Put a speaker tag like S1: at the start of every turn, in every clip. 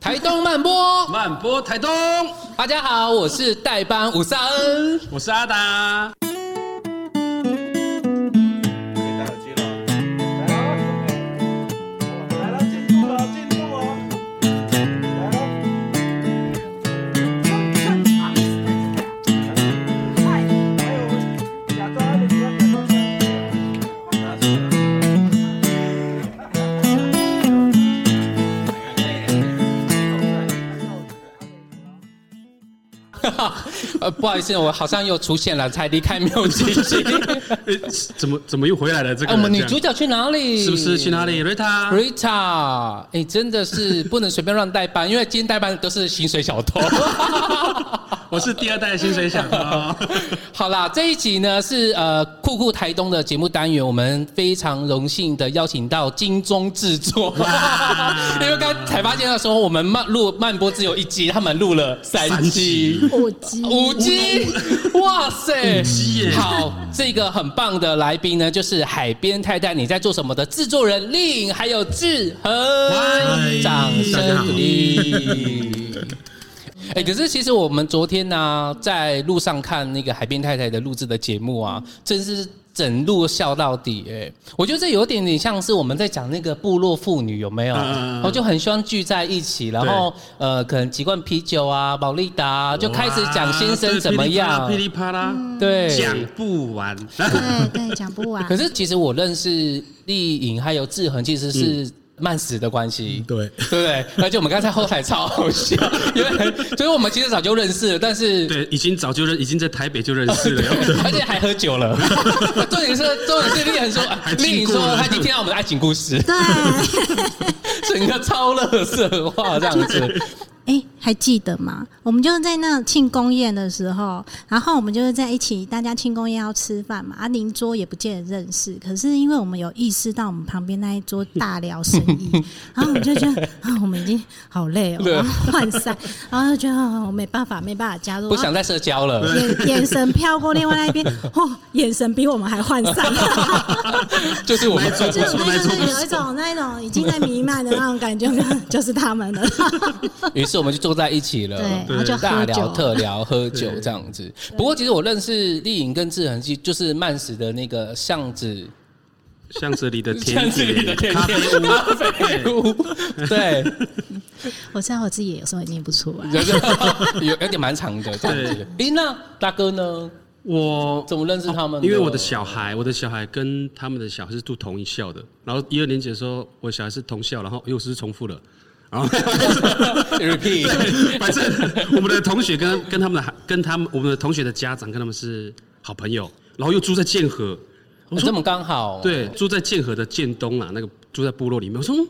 S1: 台东慢播，
S2: 慢播台东，
S1: 大家好，我是代班五三恩。
S2: 我是阿达。
S3: 可以戴耳机了。来了，来了，进入了，进入了。来了，还有假装安静，假装安静。那是。
S1: 呃，不好意思，我好像又出现了，才离开没有几 集。
S2: 诶怎么怎么又回来了？这
S1: 哎、
S2: 个
S1: 我
S2: 人
S1: 们
S2: 这
S1: 女
S2: 样
S1: 主角去哪里？
S2: 是不是去哪里？Rita，
S1: ？Rita，哎、真的是不能随便乱代班，因为今天代班都是薪水小 偷。
S2: 我是第二代薪水小哦偷。
S1: 好啦，这一集呢是呃酷酷台东的节目单元，我们非常荣幸的邀请到金钟制作，
S2: 哇
S1: 因为刚才发现的时候，我们慢录慢播只有一集，他们录了三
S2: 三
S1: 集
S2: 集。
S4: 我 鸡，
S1: 五 G，哇塞，
S2: 五 G 耶
S1: 好，这个很棒的来宾呢，就是海边太太你在做什么的制作人令，还有志恒
S2: 欢，迎
S1: 掌
S2: 大家好
S1: 声鼓励。哎、可是其实我们昨天呢、在路上看那个海边太太的录制的节目啊，真是整路笑到底哎、我觉得这有点点像是我们在讲那个部落妇女有没有？
S2: 嗯
S1: 我就很希望聚在一起，然后呃，可能几罐啤酒啊，宝利达啊、 就开始讲先生怎么样嗯
S2: 哇噼，里啪啦，
S1: 对。
S2: 讲不完。
S4: 对对， 讲不完
S1: 可。是其实我认识丽颖还有志恒，其实是慢死的关系。
S2: 嗯对，
S1: 对不对？而且我们刚才后台超好 笑，因为就是我们其实早就认识了，但是
S2: 对，已经早就认，已经在台北就认识 了。
S1: 而且还喝酒 了。重点是，重点是丽颖说，
S2: 还经过
S1: 丽颖说
S2: 了
S1: 她已经听到我们的爱情故事，
S4: 对，
S1: 整个超乐色化这样子。
S4: 哎，还记得吗？我们就是在那庆功宴的时候，然后我们就是在一起，大家庆功宴要吃饭嘛，啊，邻桌也不见得认识，可是因为我们有意识到我们旁边那一桌大聊生 意，然后我们就觉得啊，我们已经好累哦，
S1: 对
S4: 然后涣散，然后就觉得、啊我没办法，没办法加入，啊
S1: 不想再社交了。
S4: 眼眼神飘过另外那一边，哦，眼神比我们还涣 散，
S1: 就是我们
S4: 就是就是有一种那一种已经在弥漫的那种感觉， 就是他们了。
S1: 于是我们就坐在一起了，
S4: 对然
S2: 后就
S1: 大
S4: 喝酒
S1: 聊特聊，喝酒这样子。不过其实我认识丽颖跟志恒，其实就是曼史的那个巷 子，
S2: 巷子里的甜
S1: 巷子里的
S2: 点，
S1: 甜
S2: 咖啡
S1: 点
S2: 屋，
S1: 咖啡屋， 对，
S4: 我知道我自己有时候也念不出来，
S1: 就是 有有点蛮长的这样子。诶，那大哥呢？
S2: 我
S1: 怎么认识他们的
S2: 因为我的小孩，我的小孩跟他们的小孩是读同一校的，然后一二年级的时候，我小孩是同校，然后又是重复了，然 后
S1: repeat，
S2: 反正我们的同学跟跟他们的孩跟他们我们的同学的家长跟他们是好朋友，然后又住在建和，我说
S1: 这么刚好，，
S2: 对，住在建和的建东啊，那个住在部落里面。我说嗯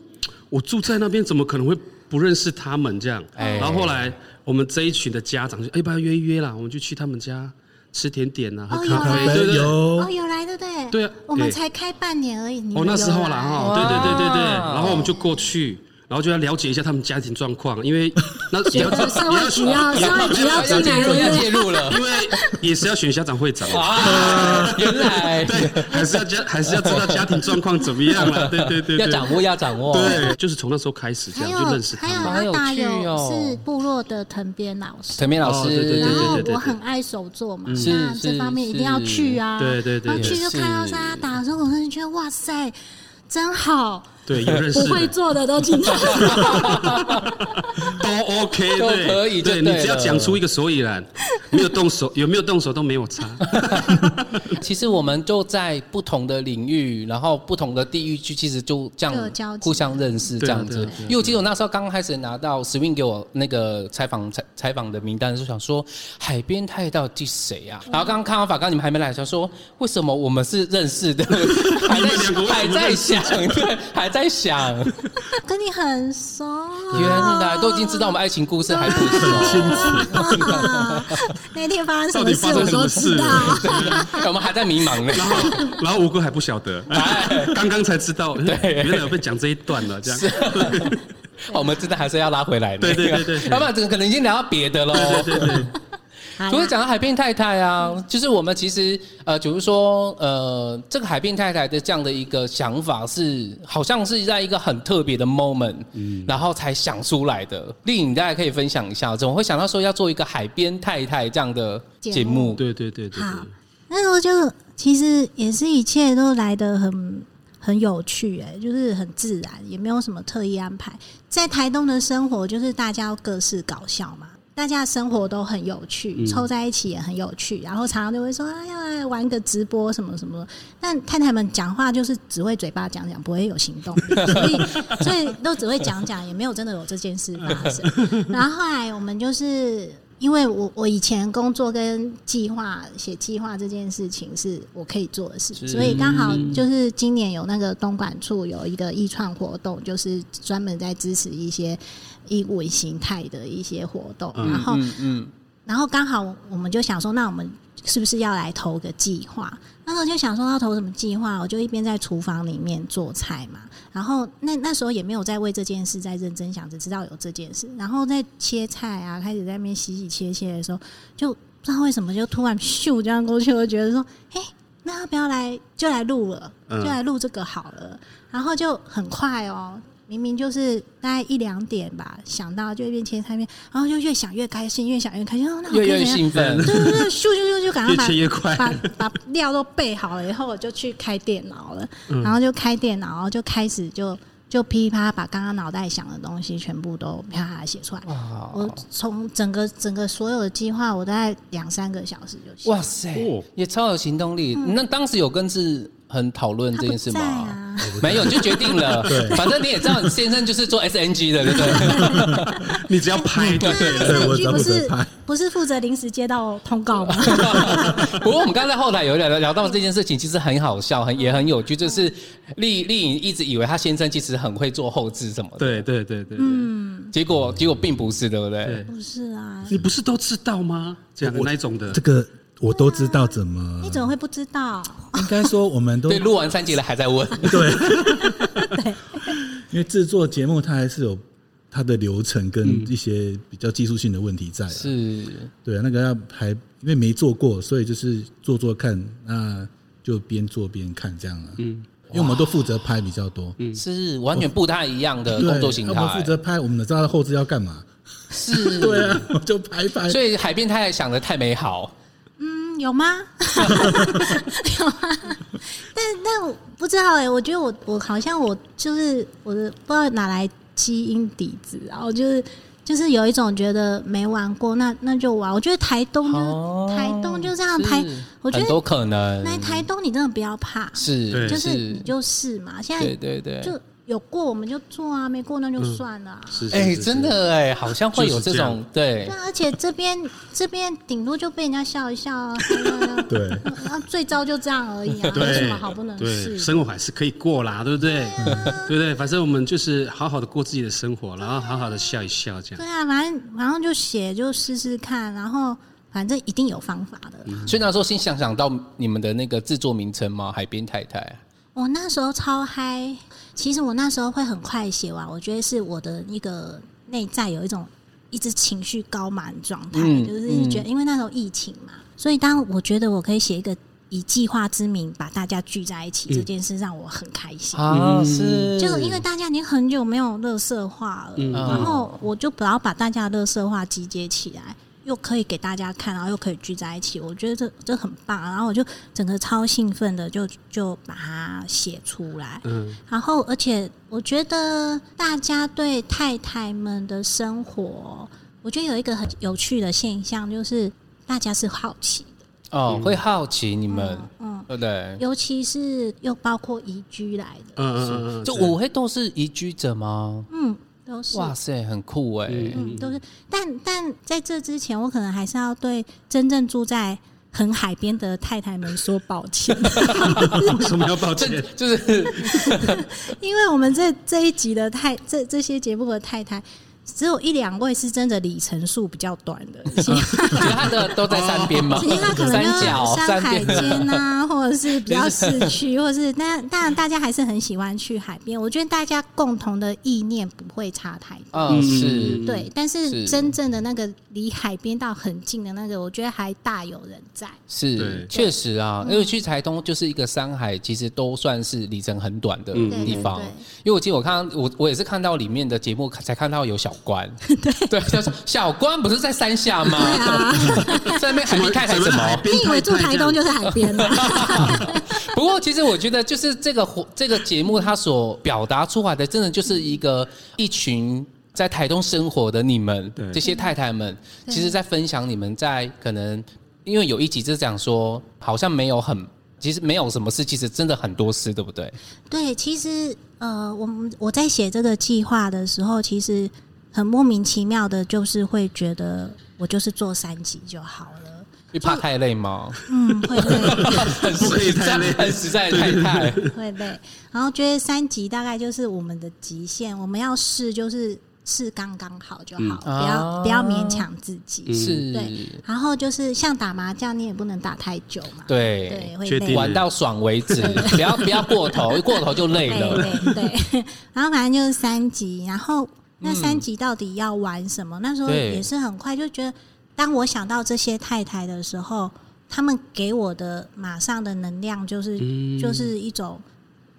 S2: 我住在那边，怎么可能会不认识他们这样？
S1: 哎
S2: 然后后来我们这一群的家长就哎，不要约一约啦，我们就去他们家吃甜点啊，喝
S4: 哦
S2: 咖啡，
S4: 有
S2: 对对对。
S4: 哦，有来对不对？
S2: 对啊
S4: 我们
S2: 对
S4: 才开半年而已。你
S2: 哦，
S4: 们
S2: 那时候
S4: 有来啊
S2: 啦，哈，
S1: 哇
S2: 对对对对对，然后我们就过去，然后就要了解一下他们家庭状况，因为 那也要
S4: 得社会局要
S2: 也
S4: 社会局
S2: 也
S4: 要
S1: 要
S4: 进
S1: 介
S4: 来
S1: 入，要
S4: 了。
S1: 介入 了
S2: 因为也是要选家长会长，
S1: 啊！原来
S2: 对，还是要家还是要知道家庭状况怎么 样了，对对对，
S1: 要
S2: 对
S1: 掌握，要掌握，
S2: 对，就是从那时候开始这
S4: 还
S2: 样就
S4: 有
S2: 认识他
S4: 还有
S2: 们，
S1: 好有
S4: 阿达有
S1: 趣哦
S4: 是部落的藤编老师，
S1: 陈明老
S2: 哦对对
S1: 师，
S2: 对
S4: 然后
S2: 对对对嗯
S4: 我很爱手作嘛，
S1: 是
S4: 那
S1: 是
S4: 这方面一定要去啊。
S2: 是对对对
S4: 然后去就
S1: 也是
S4: 看到是阿达的时候，我真的觉得哇塞，真好，
S2: 对，有认识
S4: 不
S2: 的
S4: 会做的都进来。
S2: 都 OK，
S1: 都
S2: 对
S1: 可以就
S2: 对
S1: 对
S2: 你只要
S1: 了
S2: 讲出一个所以然，没有动手， 有没有动手都没有差，
S1: 其实我们就在不同的领域，然后不同的地域去，其实就这
S4: 就有交
S1: 样
S4: 集
S1: 互相认识这样
S2: 对
S1: 子
S2: 对对。
S1: 因为我记得我那时候刚开始拿到 Swing 给我那个采访采采访的名单的时候，想说海边太到底谁
S4: 嗯
S1: 啊？然后刚刚看完法刚你们还没来，想说为什么我们是认识 的，还
S2: 你们两个
S1: 在
S2: 为什么
S1: 还在想，对，还在想，
S4: 哦跟你很熟，
S1: 原来都已经知道我们爱情故事，还不熟。
S4: 啊那天发生什
S2: 到
S4: 么
S2: 底
S4: 事
S2: 发生
S4: 我
S2: 什
S4: 都
S2: 么
S4: 知
S2: 事
S4: 道。
S2: 了？
S1: 我们还在迷茫呢。
S2: 然后然后吴哥还不 晓得，
S1: 哎
S2: 刚刚才知道，原来有被讲这一段了，这样。
S1: 哦我们真的还是要拉回来的。
S2: 对对对对
S1: 要不然这个可能已经聊到别的喽。
S2: 对对对，
S4: 好啦
S1: 所以讲到海边太太啊，就是我们其实呃，比如说呃，这个海边太太的这样的一个想法是，好像是在一个很特别的 moment，然
S2: 嗯
S1: 后才想出来的。丽颖，你大家可以分享一下，怎么会想到说要做一个海边太太这样的节
S4: 节目
S1: 目？
S2: 对对对对
S4: 好
S2: 对，
S4: 那时候就其实也是一切都来得很很有趣、哎，就是很自然，也没有什么特意安排。在台东的生活就是大家要各式搞笑嘛。大家的生活都很有趣，
S2: 嗯
S4: 凑在一起也很有趣，然后常常就会说啊，要来玩个直播什么什么的。但太太们讲话就是只会嘴巴讲讲，不会有行动，所以所以都只会讲讲，也没有真的有这件事 发生。然后后来我们就是因为我我以前工作跟计划写计划这件事情是我可以做的事，
S1: 是嗯
S4: 所以刚好就是今年有那个东莞处有一个艺创活动，就是专门在支持一些义务形态的一些活动，
S2: 嗯
S4: 然后
S1: 嗯嗯，
S4: 然后刚好我们就想说，那我们是不是要来投个计划？那时候就想说要投什么计划，我就一边在厨房里面做菜嘛，然后那那时候也没有在为这件事在认真想，只知道有这件事，然后在切菜啊，开始在那边洗洗切切的时候，就不知道为什么就突然咻这样过去，我就觉得说，哎、那要不要来就来录了，
S2: 嗯
S4: 就来录这个好了，然后就很快哦。明明就是大概一两点吧，想到就一边切菜一边，然后就越想越开心，越想越开心。哦，那我
S1: 越
S4: 可
S1: 越
S4: 以怎样
S1: 兴奋。
S4: 对对对，咻咻咻就赶快
S2: 越
S4: 把
S2: 切越快，
S4: 把 把料都备好了以后，我就去开电脑了，
S1: 嗯
S4: 然后就开电脑，然后就开始就就噼里啪啦把刚刚脑袋想的东西全部都啪啦写出来。
S1: 哇
S2: 嗯
S4: 我从整个整个所有的计划，我大概两三个小时就写。
S1: 哇塞
S2: 哦，
S1: 也超有行动力。那当时有跟志恒讨论
S4: 嗯他
S1: 这
S4: 不
S1: 件事
S4: 在
S1: 吗？
S4: 啊，
S1: 没有，你就决定了。反正你也知道，你先生就是做 SNG 的，对不对？
S2: 你只要拍就对了。
S4: 那
S5: 我
S4: S
S5: 只
S4: N G 不
S5: 要负责
S4: 是
S5: 拍
S4: 不是负责临时接到通告吗？
S1: 啊不过我们刚才在后台有聊聊到这件事情，其实很好笑，很也很有趣。就是丽丽颖一直以为她先生其实很会做后置什么的，
S2: 对对对对
S4: 嗯
S2: 对
S1: 结果结果并不是，对不对？
S2: 对，
S4: 不是啊，
S2: 你不是都知道吗？这样的那一种的
S5: 这，个我都知道怎么。
S4: 你怎么会不知道？
S5: 应该说我们都
S1: 对，录完三集了还在问，
S5: 因为制作节目它还是有它的流程跟一些比较技术性的问题在、啊。
S1: 是
S5: 对啊，那个要还因为没做过，所以就是做做看，那就边做边看这样啊。嗯，因为我们都负责拍比较多，嗯，
S1: 是完全不太一样的
S5: 对，
S1: 工作形
S5: 啊我们
S1: 态
S5: 负，责拍，我们知道后置要干嘛。
S1: 是。
S5: 对啊，我就拍拍。
S1: 所以海边太太想的太美好，
S4: 嗯，有吗？ 有吗？ 但 但我不知道哎、我觉得我我好像我就是我的不知道哪来基因底子，然后就是就是有一种觉得没玩过，那那就玩。我觉得台东就是、
S1: 哦
S4: 嗯台东就这样
S1: 是
S4: 台，我觉
S1: 很多
S4: 得
S1: 可能
S4: 来台东你真的不要怕，
S1: 是
S2: 对
S4: 就是你就试嘛。现
S1: 对
S4: 在
S1: 对对，
S4: 就有过我们就做啊，没过那就算了啊、
S2: 是是
S1: 哎、
S2: 是
S1: 真的哎、好像会有这
S2: 就是这
S1: 种
S2: 样
S1: 对
S4: 对啊，而且这边这边顶多就被人家笑一笑啊，对
S5: 对，
S4: 啊，最糟就这样而已啊，有什
S2: 对
S4: 么好不能
S2: 对，
S4: 试？嗯
S2: 生活还是可以过啦，对不对？对不对？反正我们就是好好的过自己的生活，然后好好的笑一笑，这样
S4: 对啊，反正然后就写就试试看，然后反正一定有方法的
S2: 嗯
S4: 啦。
S1: 所以那时候先想想到你们的那个制作名称吗？海边太太，
S4: 我那时候超嗨，其实我那时候会很快写完，我觉得是我的那个内在有一种一直情绪高满状态，
S1: 嗯
S4: 就是觉得因为那时候疫情嘛，所以当我觉得我可以写一个以计划之名把大家聚在一起、
S1: 嗯
S4: 这件事，让我很开心。
S1: 啊，是
S4: 就是因为大家已经很久没有乐色化了，
S1: 嗯
S4: 然后我就不要把大家的乐色化集结起来，又可以给大家看，然后又可以聚在一起，我觉得这这很棒。啊然后我就整个超兴奋的就就把它写出来，
S2: 嗯，
S4: 然后而且我觉得大家对太太们的生活，我觉得有一个很有趣的现象，就是大家是好奇。
S2: 嗯
S1: 哦，会好奇你们，
S4: 嗯，
S1: 对不对？
S4: 尤其是又包括移居来的，
S2: 嗯嗯嗯嗯，
S1: 就
S2: 这样
S1: 我会都是移居者吗？
S4: 嗯，都是
S1: 哇塞，很酷哎、
S4: 嗯，都是。但但在这之前，我可能还是要对真正住在很海边的太太们说抱 歉，
S2: 为什么要抱
S1: 这
S2: 歉？
S1: 就是
S4: 因为我们这这一集的太这这些节目的太太，只有一两位是真的里程数比较短的，其
S1: 你觉得它的都在山边吗？
S4: 其实它可能
S1: 山
S4: 就是
S1: 脚、
S4: 山海
S1: 边。
S4: 间啊，或者是比较市区，或者是但当然大家还是很喜欢去海边。我觉得大家共同的意念不会差太多。
S1: 嗯，是，
S2: 嗯
S4: 对，但
S1: 是
S4: 是真正的那个离海边到很近的那个，我觉得还大有人在。
S1: 是
S2: 对，
S1: 确实
S4: 嗯
S1: 啊，因为去台东就是一个山海，其实都算是里程很短的
S2: 嗯
S4: 对
S1: 地
S4: 对
S1: 方
S4: 对。
S1: 因为我记得我看到我我也是看到里面的节目才看到有小 关，对，他说小关不是在山下吗？
S4: 啊
S1: 在那边海边看海什 么？
S4: 你以为住台东就是海边 吗？
S1: 不过，其实我觉得，就是这个活这个节目，它所表达出来的，真的就是一个一群在台东生活的你们
S2: 对
S1: 这些太太们，
S4: 对
S1: 其实在分享你们在可能，因为有一集就是讲说，好像没有很，其实没有什么事，其实真的很多事，对不对？
S4: 对，其实呃，我们我在写这个计划的时候，其实很莫名其妙的，就是会觉得我就是做三级就好了。
S1: 你怕太累吗？
S4: 嗯， 会累，
S1: 很实在，很实在的太太。
S4: 会累。然后觉得三级大概就是我们的极限，我们要试就是试刚刚好就好，
S1: 嗯
S4: 不要、
S1: 啊
S4: 不要勉强自 己。
S1: 是
S4: 对，然后就是像打麻将，你也不能打太久嘛。对，
S1: 对，
S4: 会
S2: 确
S4: 累
S2: 定。
S1: 玩到爽为止，不要不要过头，一过头就累了。
S4: 对对对，然后反正就是三级，然后那三级到底要玩什么？那时候
S1: 嗯对
S4: 也是很快就觉得，当我想到这些太太的时候，他们给我的马上的能量就是、
S2: 嗯
S4: 就是一种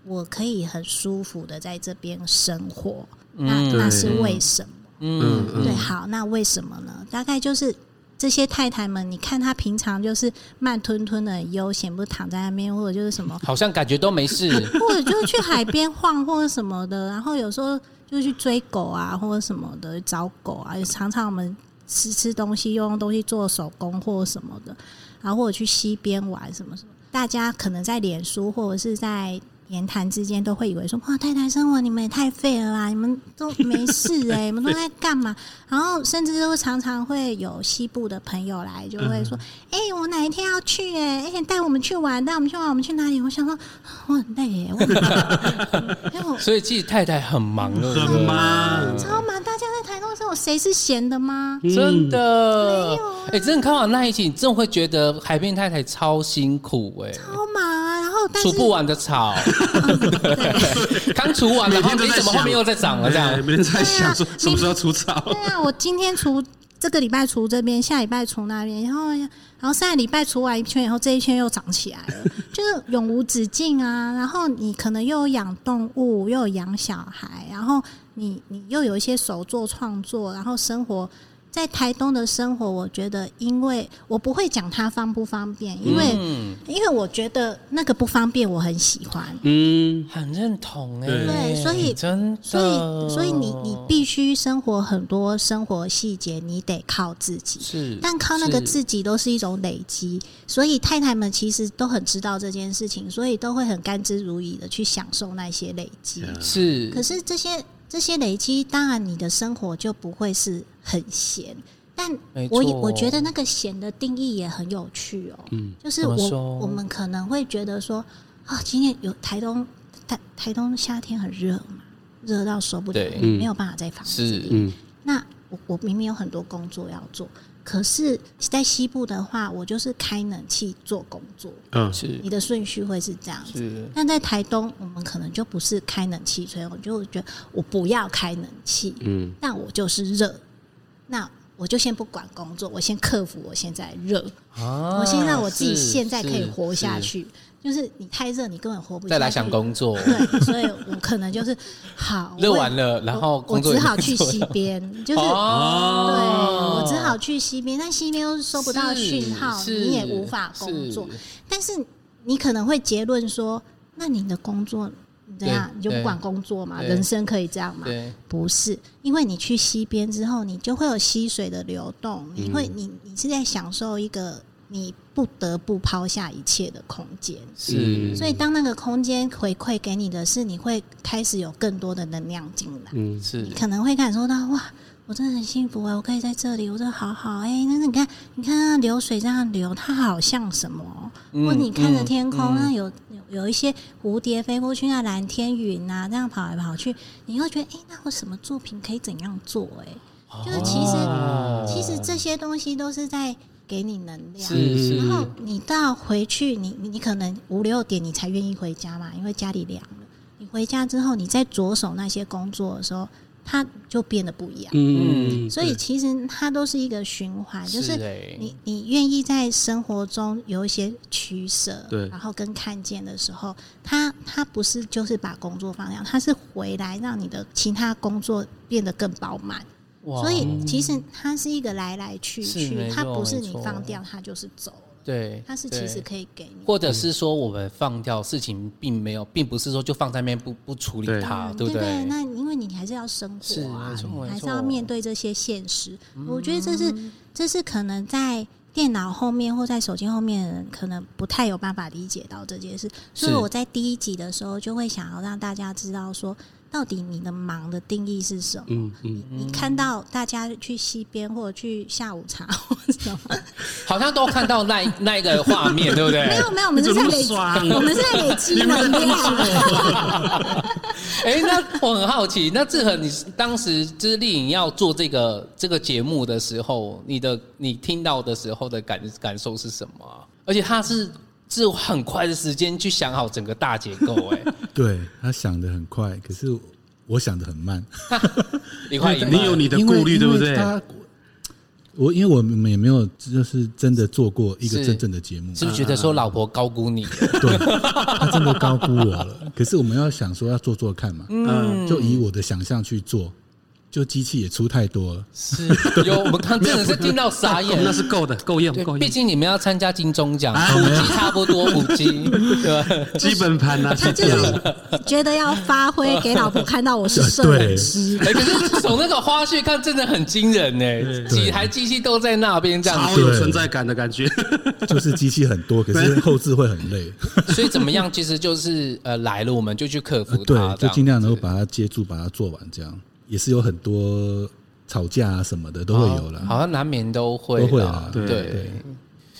S4: 我可以很舒服的在这边生活，
S1: 嗯
S4: 那那
S2: 对
S4: 是为什么？
S1: 嗯
S2: 嗯
S4: 对，好，那为什么呢？大概就是这些太太们，你看她平常就是慢吞吞的、很悠闲，不是躺在那边，或者就是什么
S1: 好像感觉都没事。
S4: 或者就是去海边晃或者什么的，然后有时候就去追狗啊或者什么的，找狗啊，也常常我们吃吃东西，用东西做手工或者什么的，然后或者去溪边玩什么什么。大家可能在脸书或者是在言谈之间都会以为说哇，太太生活你们也太废了啦，你们都没事哎、你们都在干嘛？然后甚至就常常会有西部的朋友来，就会说，哎、我哪一天要去哎、哎、带我们去玩，带我们去玩，我们去哪里？我想说我很累哎、哎我 很因为我
S1: 所以其实太太很忙了，对不对
S2: 很忙，
S4: 超忙，大家在台东的时候，谁是闲的吗？
S1: 真的。
S4: 没有啊
S1: 哎、真的看完那一集，你真的会觉得海边太太超辛苦哎、
S4: 超忙啊，然后但是
S1: 除不完的 草，刚除完，然后你怎么后面又在长了这
S2: 对
S1: 样？
S2: 哎每天在想说
S4: 对啊
S2: 什么时候除草
S4: 对，啊，我今天除这个礼拜除这边，下礼拜除那边，然后然后上个礼拜除完一圈以后，这一圈又长起来了，就是永无止境啊。然后你可能又有养动物，又有养小孩，然后你你又有一些手作创作，然后生活。在台东的生活，我觉得，因为我不会讲它方不方便，因为、
S1: 嗯，
S4: 因为我觉得那个不方便，我很喜欢。
S2: 嗯，
S1: 很认同哎、
S2: 对
S4: 对所以
S1: 真的，
S4: 所以，所以你你必须生活很多生活细节，你得靠自己。
S1: 是，
S4: 但靠那个
S1: 是
S4: 自己都是一种累积，所以太太们其实都很知道这件事情，所以都会很甘之如饴的去享受那些累积。
S1: 是，
S4: 可是这些这些累积，当然你的生活就不会是很闲。但
S1: 没
S4: 我也
S1: 错
S4: 我觉得那个闲的定义也很有趣哦，
S2: 嗯
S4: 就是
S1: 怎么
S4: 我
S1: 说
S4: 我们可能会觉得说，啊，今天有台东台台东夏天很热嘛，热到受不了
S1: 对，
S2: 嗯
S4: 没有办法在房子
S1: 是
S4: 里
S2: 嗯，
S4: 那我我明明有很多工作要做，可是在西部的话，我就是开冷气做工作，
S2: 嗯，
S1: 是
S4: 你的顺序会是这样子。
S1: 是，
S4: 但在台东，我们可能就不是开冷气吹，我就觉得我不要开冷气，
S2: 嗯，
S4: 那我就是热，那我就先不管工作，我先克服我现在热，
S1: 啊
S4: 我先让我自己现在可以
S1: 是
S4: 活下
S1: 是
S4: 去。就是你太热，你根本活不下
S1: 再
S4: 去。
S1: 来想工作，
S4: 对，所以我可能就是好
S1: 热
S4: 我
S1: 完了，然后
S4: 我
S1: 工作
S4: 只
S1: 也没
S4: 好去
S1: 做
S4: 西
S1: 了
S4: 边， 就是、对
S1: 哦
S4: 我只好去西边，但西边又收不到讯号，
S1: 是
S4: 你也
S1: 是
S4: 无法工作。
S1: 是
S4: 但是你可能会结论说，那你的工作怎样？
S1: 对
S4: 你就不管工作嘛？
S1: 对
S4: 人生可以这样嘛？
S1: 对，
S4: 不是，因为你去西边之后，你就会有溪水的流动，你会你你是在享受一个你不得不抛下一切的空间。
S1: 是
S4: 所以，当那个空间回馈给你的是，你会开始有更多的能量进来。
S2: 嗯，
S1: 是
S4: 可能会感受到哇，我真的很幸福啊！我可以在这里，我真的好好哎、那个你看，你看那流水这样流，它好像什么哦？
S1: 嗯
S4: 或你看着天空，那有有有一些蝴蝶飞过去，那蓝天云啊，这样跑来跑去，你会觉得哎、那我什么作品可以怎样做、哎，就是其实、其实这些东西都是在给你能量。
S1: 啊是是
S4: 然后你到回去，你你你可能五六点你才愿意回家嘛，因为家里凉了。你回家之后，你再着手那些工作的时候，它就变得不一样。
S2: 嗯，
S4: 所以其实它都是一个循环，就是
S1: 欸
S4: 你你愿意在生活中有一些取舍，
S2: 对
S4: 然后跟看见的时候，它它不是就是把工作放掉，它是回来让你的其他工作变得更饱满。
S1: 哇
S4: 所以其实它是一个来来去
S1: 是没
S4: 去，它
S1: 错
S4: 不是
S1: 没
S4: 你
S1: 错
S4: 放掉它就是走了。
S1: 对，
S4: 它是其
S1: 对
S4: 实可以给你。
S1: 或者是说我们放掉事情，并没有，并不是说就放在那边不不处理
S2: 对
S1: 它，
S4: 嗯
S1: 啊对不
S4: 对
S1: 对？
S4: 那因为你还是要生
S1: 是
S4: 活啊
S1: 没错，没
S4: 你还是
S1: 错嗯
S4: 要面对这些现实。我觉得这是这是可能在电脑后面或在手机后面的人可能不太有办法理解到这件事，所以
S1: 是
S4: 我在第一集的时候就会想要让大家知道说，到底你的忙的定义是什么。
S2: 嗯嗯，
S4: 你看到大家去溪边或者去下午茶或 者什
S1: 哎
S4: 么，
S1: 好像都看到那那个画面，对不对？
S4: 没有没有，我们是在累积，我们是在累积
S1: 啊
S4: 能量。
S1: 哎、那我很好奇，那志恒，你当时就是丽颖要做这个这个节目的时候，你的你听到的时候的感感受是什么啊、而且他是是很快的时间去想好整个大结构、哎，
S5: 对他想的很快，可是我想的很慢。
S1: 一块一
S2: 你有
S1: 块，
S2: 你的
S5: 因为
S2: 顾虑，对不对
S5: 因为？他我因为我们也没有就是真的做过一个
S1: 是
S5: 真正的节目，啊
S1: 是不是觉得说老婆高估你了？
S5: 对，他真的高估我 了。可是我们要想说要做做看嘛，嗯，就以我的想象去做，就机器也出太多了，
S1: 是有，我们刚真的是听到傻眼，
S2: 哦那是啊够的，够用，
S1: 对，
S2: 够
S1: 毕
S2: 用，
S1: 竟你们要参加金钟奖，五 G 差不多五 G，对 吧？
S2: 基本盘啊，
S4: 他就是觉得要发挥给老婆看到我是摄影师，
S1: 哎、可是从那个花絮看，真的很惊人呢，几台机器都在那边这样
S2: 超
S1: 子，
S2: 有存在感的感觉。
S5: 就是机器很 多，可是后置会很累，
S1: 所以怎么样，其实就是呃来了，我们就去克服它，
S5: 呃对，
S1: 这
S5: 就
S1: 样
S5: 尽量能够把它接住，把它做完，这样也是有很多吵架啊什么的都会有
S1: 好
S5: 了。
S1: 好像难免都会
S5: 都会
S1: 啦
S5: 啊
S1: 对。
S2: 对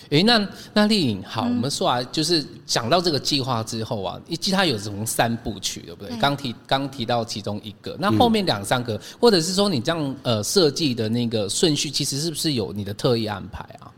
S1: 哎、那那丽颖，好，我们说来就是讲到这个计划之后啊，一计它有从三部曲，对不对？
S4: 对
S1: 刚提刚提到其中一个，
S5: 嗯
S1: 那后面两三个，或者是说你这样呃设计的那个顺序，其实是不是有你的特意安排啊？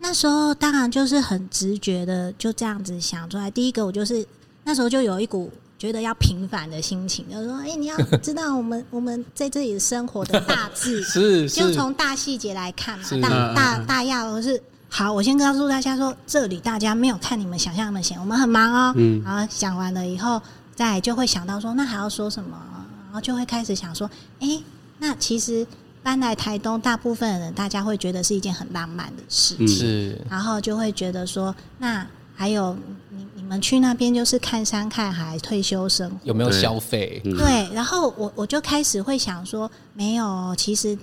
S4: 那时候当然就是很直觉的就这样子想出来。第一个我就是那时候就有一股觉得要平凡的心情，就说：“哎、你要知道我们我们在这里生活的大致，
S1: 是
S4: 就从大细节来看嘛
S1: 是，
S4: 大大
S2: 嗯嗯嗯
S4: 大要我是。”好，我先告诉大家说，这里大家没有看你们想象那么闲，我们很忙哦。
S2: 嗯
S4: 然后想完了以后，再来就会想到说，那还要说什么？然后就会开始想说，哎、那其实搬来台东，大部分的人大家会觉得是一件很浪漫的事
S2: 嗯
S5: 嗯
S4: 情，
S1: 是
S4: 然后就会觉得说，那还有你你们去那边就是看山看海，退休生活。
S1: 有没有
S2: 对
S1: 消费？
S2: 嗯
S4: 对，然后我我就开始会想说，没有，其实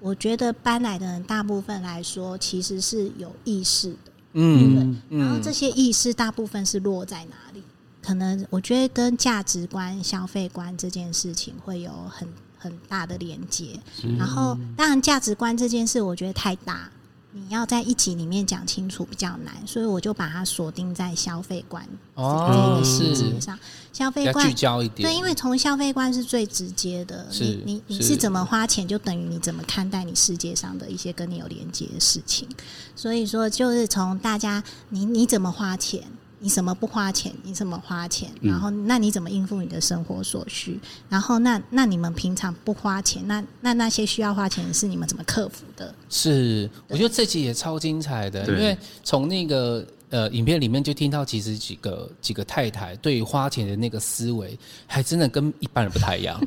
S4: 我觉得搬来的人大部分来说其实是有意识的，
S1: 嗯
S4: 然后
S1: 嗯
S4: 这些意识大部分是落在哪里？可能我觉得跟价值观、消费观这件事情会有很很大的连接。然后，当然价值观这件事，我觉得太大，你要在一集里面讲清楚比较难，所以我就把它锁定在消费观这
S1: 哦
S4: 个细
S1: 是
S4: 节上。消费
S1: 要
S4: 观
S1: 聚焦一点，
S4: 对，因为从消费观是最直接的，
S1: 是
S4: 你你你
S1: 是
S4: 是怎么花钱，就等于你怎么看待你世界上的一些跟你有连接的事情。所以说，就是从大家你你怎么花钱。你什么不花钱？你怎么花钱？然后，那你怎么应付你的生活所需？然后那，那你们平常不花钱，那那那些需要花钱的是你们怎么克服的？
S1: 是，我觉得这集也超精彩的，因
S2: 对
S1: 为从那个呃影片里面就听到，其实几个几个太太对于花钱的那个思维，还真的跟一般人不太一样，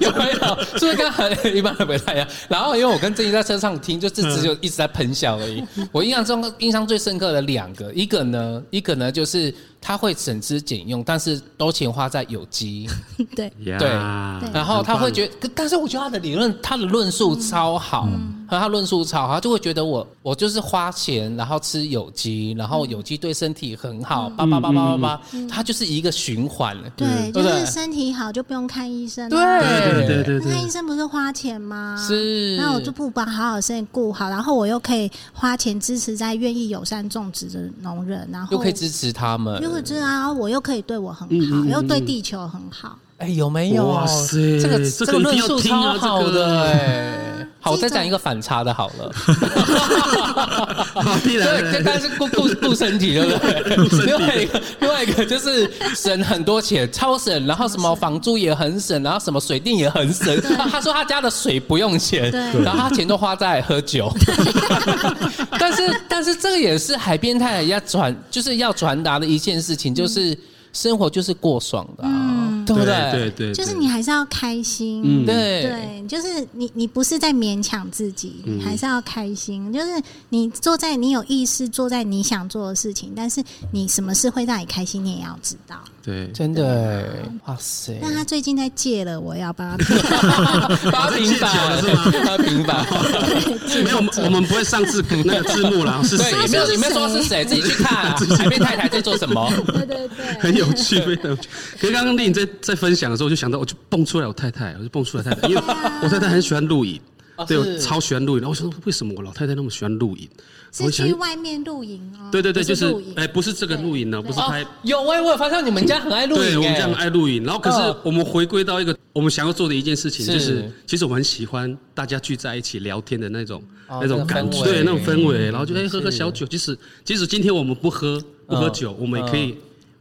S1: 有没有？是不是跟很一般人不太一样？然后因为我跟郑怡在车上听，就只只有一直在喷笑而已。我印象中印象最深刻的两个，一个呢，一个呢就是他会省吃俭用，但是都钱花在有机。
S4: 对，
S2: 呀
S1: 嗯
S4: 嗯
S1: 对然后他会觉得，可但是我觉得他的理论，他的论述超好，和他论述超，他就会觉得我我就是花钱，然后吃有机，然后有机对身体很好，
S4: 嗯
S1: 叭叭叭叭叭叭，他就是一个循环。
S4: 对，就
S1: 对
S4: 是身体好就不用看医生、啊。
S2: 对对对
S4: 那看
S2: 对
S4: 医，生不是花钱吗？
S1: 是
S4: 啊那我就不把好好身体顾好，然后我又可以花钱支持在愿意友善种植的农人，然后
S1: 又可以支持他们。
S4: 又可以支持啊，然后我又可以对我很好，
S2: 嗯嗯嗯
S4: 又对地球很好。
S1: 哎、有没有？
S2: 哇塞
S1: 这个
S2: 这
S1: 这
S2: 个
S1: 个
S2: 一定
S1: 论
S2: 要
S1: 述
S2: 听
S1: 超
S2: 啊
S1: 好
S2: 这个
S1: 的哎、好，我
S4: 这
S1: 再
S4: 种
S1: 讲一个反差的，好 了。
S2: 好，必
S1: 对，
S2: 然
S1: 刚刚是顾顾顾身体，对不对？另外一个，另外一个就是省很多钱，超省，然后什么房租也很省，然后什么水电也很省。他说他家的水不用钱
S4: 对，
S1: 然后他钱都花在喝 酒。但是，但是这个也是海边太太要传，就是要传达的一件事情，就是生活就是过爽的、
S4: 嗯
S1: 啊，对不对？
S2: 对对，
S4: 就是你还是要开心，
S2: 嗯
S1: 对
S4: 对，就是你，你不是在勉强自己，
S2: 嗯
S4: 你还是要开心。就是你做在你有意识做在你想做的事情，但是你什么事会让你开心，你也要知道。
S2: 对，
S1: 真的哎、哇塞！
S4: 但他最近在戒了，我要帮他。
S1: 八平板
S2: 是吗
S1: 八平板。
S2: 没有，我们我们不会上字那个字幕啦，是
S1: 对，
S2: 谁
S1: 你没有，
S2: 的？
S1: 你没有说是谁，自己去看、啊。海边太太在做什 么？
S4: 对对对，
S2: 很有趣，非常有趣。可是刚刚丽颖在在分享的时候，我就想到，我就蹦出来我太太，我就蹦出来太 太，因为我太太很喜欢露营
S1: 啊哦，
S2: 对我
S1: 是
S2: 超喜欢露营。然后我想说，为什么我老太太那么喜欢露营？我
S4: 是
S2: 想
S4: 去，外面露营哦。
S2: 对对对，
S4: 不
S2: 就是
S4: 露营
S2: 哎，不是这个露营呢，不是
S1: 哦
S2: 拍。，
S1: 有哎、我有发现你们家很爱露
S2: 对，
S1: 营、
S2: 我
S1: 哎，
S2: 们这样爱露营，然后可是
S1: 嗯
S2: 我们回归到一个我们想要做的一件事情，
S1: 是
S2: 就是其实我们很喜欢大家聚在一起聊天的那种
S1: 哦
S2: 那
S1: 那
S2: 种
S1: 个
S2: 感
S1: 氛
S2: 觉，
S1: 围
S2: 对那种氛围，
S1: 嗯
S2: 然后就哎喝个
S1: 是
S2: 小酒，即使即使今天我们不喝不喝
S1: 嗯
S2: 酒，我们也可以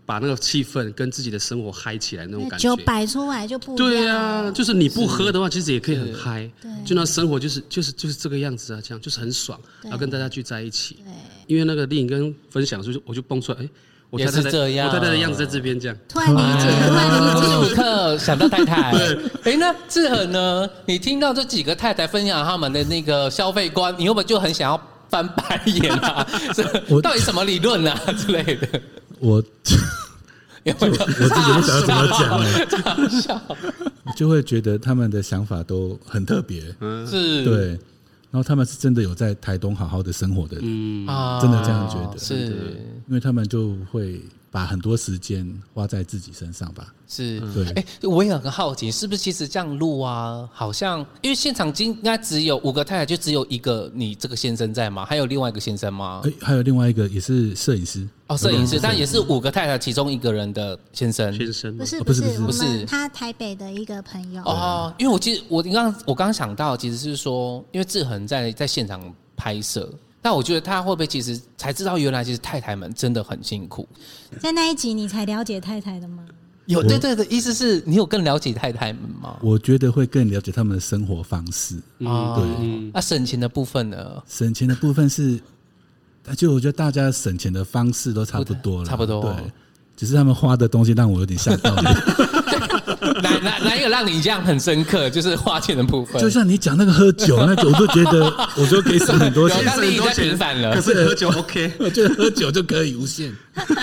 S2: 把那个气氛跟自己的生活嗨起来那种
S4: 那
S2: 感
S4: 酒
S2: 觉。
S4: 摆出来就不一样
S2: 对啊，
S4: 了
S2: 就是你不喝的话，其实也可以很嗨
S4: 对，
S2: 就那生活就是就是就是这个样子啊，这样就是很爽，然后跟大家聚在一起。
S4: 对，
S2: 因为那个丽颖跟分享的时候，我就蹦出来，哎，我太
S1: 也
S2: 太
S1: 是
S2: 在
S1: 这样
S2: 我太太的样子在这边这样。
S4: 突然理解，
S1: 哎
S4: 突然理解。
S1: 此刻想到太太。哎、那志恒呢？你听到这几个太太分享他们的那个消费观，你会不会就很想要翻白眼 啊？这
S5: 我
S1: 到底什么理论啊之类的？
S5: 我 我
S1: 有没有
S5: 自己不晓得怎么 讲啊了，
S1: 大笑？
S5: 就会觉得他们的想法都很特别，
S1: 是，
S5: 对。然后他们是真的有在台东好好的生活的，
S2: 嗯，
S1: 啊
S5: 真的这样觉得
S1: 是
S5: 因为他们就会把很多时间花在自己身上吧。
S1: 是，
S5: 对
S1: 哎、我也很好奇，是不是其实这样录啊，好像因为现场应该只有五个太太，就只有一个你这个先生在吗？还有另外一个先生吗？
S5: 哎，还有另外一个也是摄影师，
S1: 哦，摄影师，但也是五个太太其中一个人的先生。
S2: 先生
S4: 不，是
S5: 哦
S4: 不
S5: 不
S4: 是
S5: 是
S4: 我
S5: 不
S1: 是不
S4: 们
S1: 是
S4: 他台北的一个朋友，
S1: 哦，因为我记得我刚我刚想到，其实是说，因为志恒在在现场拍摄，但我觉得他会不会其实才知道，原来其实太太们真的很辛苦。
S4: 在那一集你才了解太太的吗？
S1: 有对对的意思是你有更了解太太们吗？
S5: 我觉得会更了解他们的生活方式。
S1: 啊
S5: 对，
S1: 那省钱的部分呢？
S5: 省钱的部分是，就我觉得大家省钱的方式都差不多了，
S1: 差不多
S5: 对，只是他们花的东西让我有点吓到。
S1: 哪哪哪一个让你印象很深刻？就是花钱的部分，
S5: 就像你讲那个喝酒那个，我都觉得我就可以省很多
S1: 有
S5: 钱，
S1: 但是你在平反了
S2: 可是喝酒 OK。
S5: 我觉得喝酒呃就可以无限。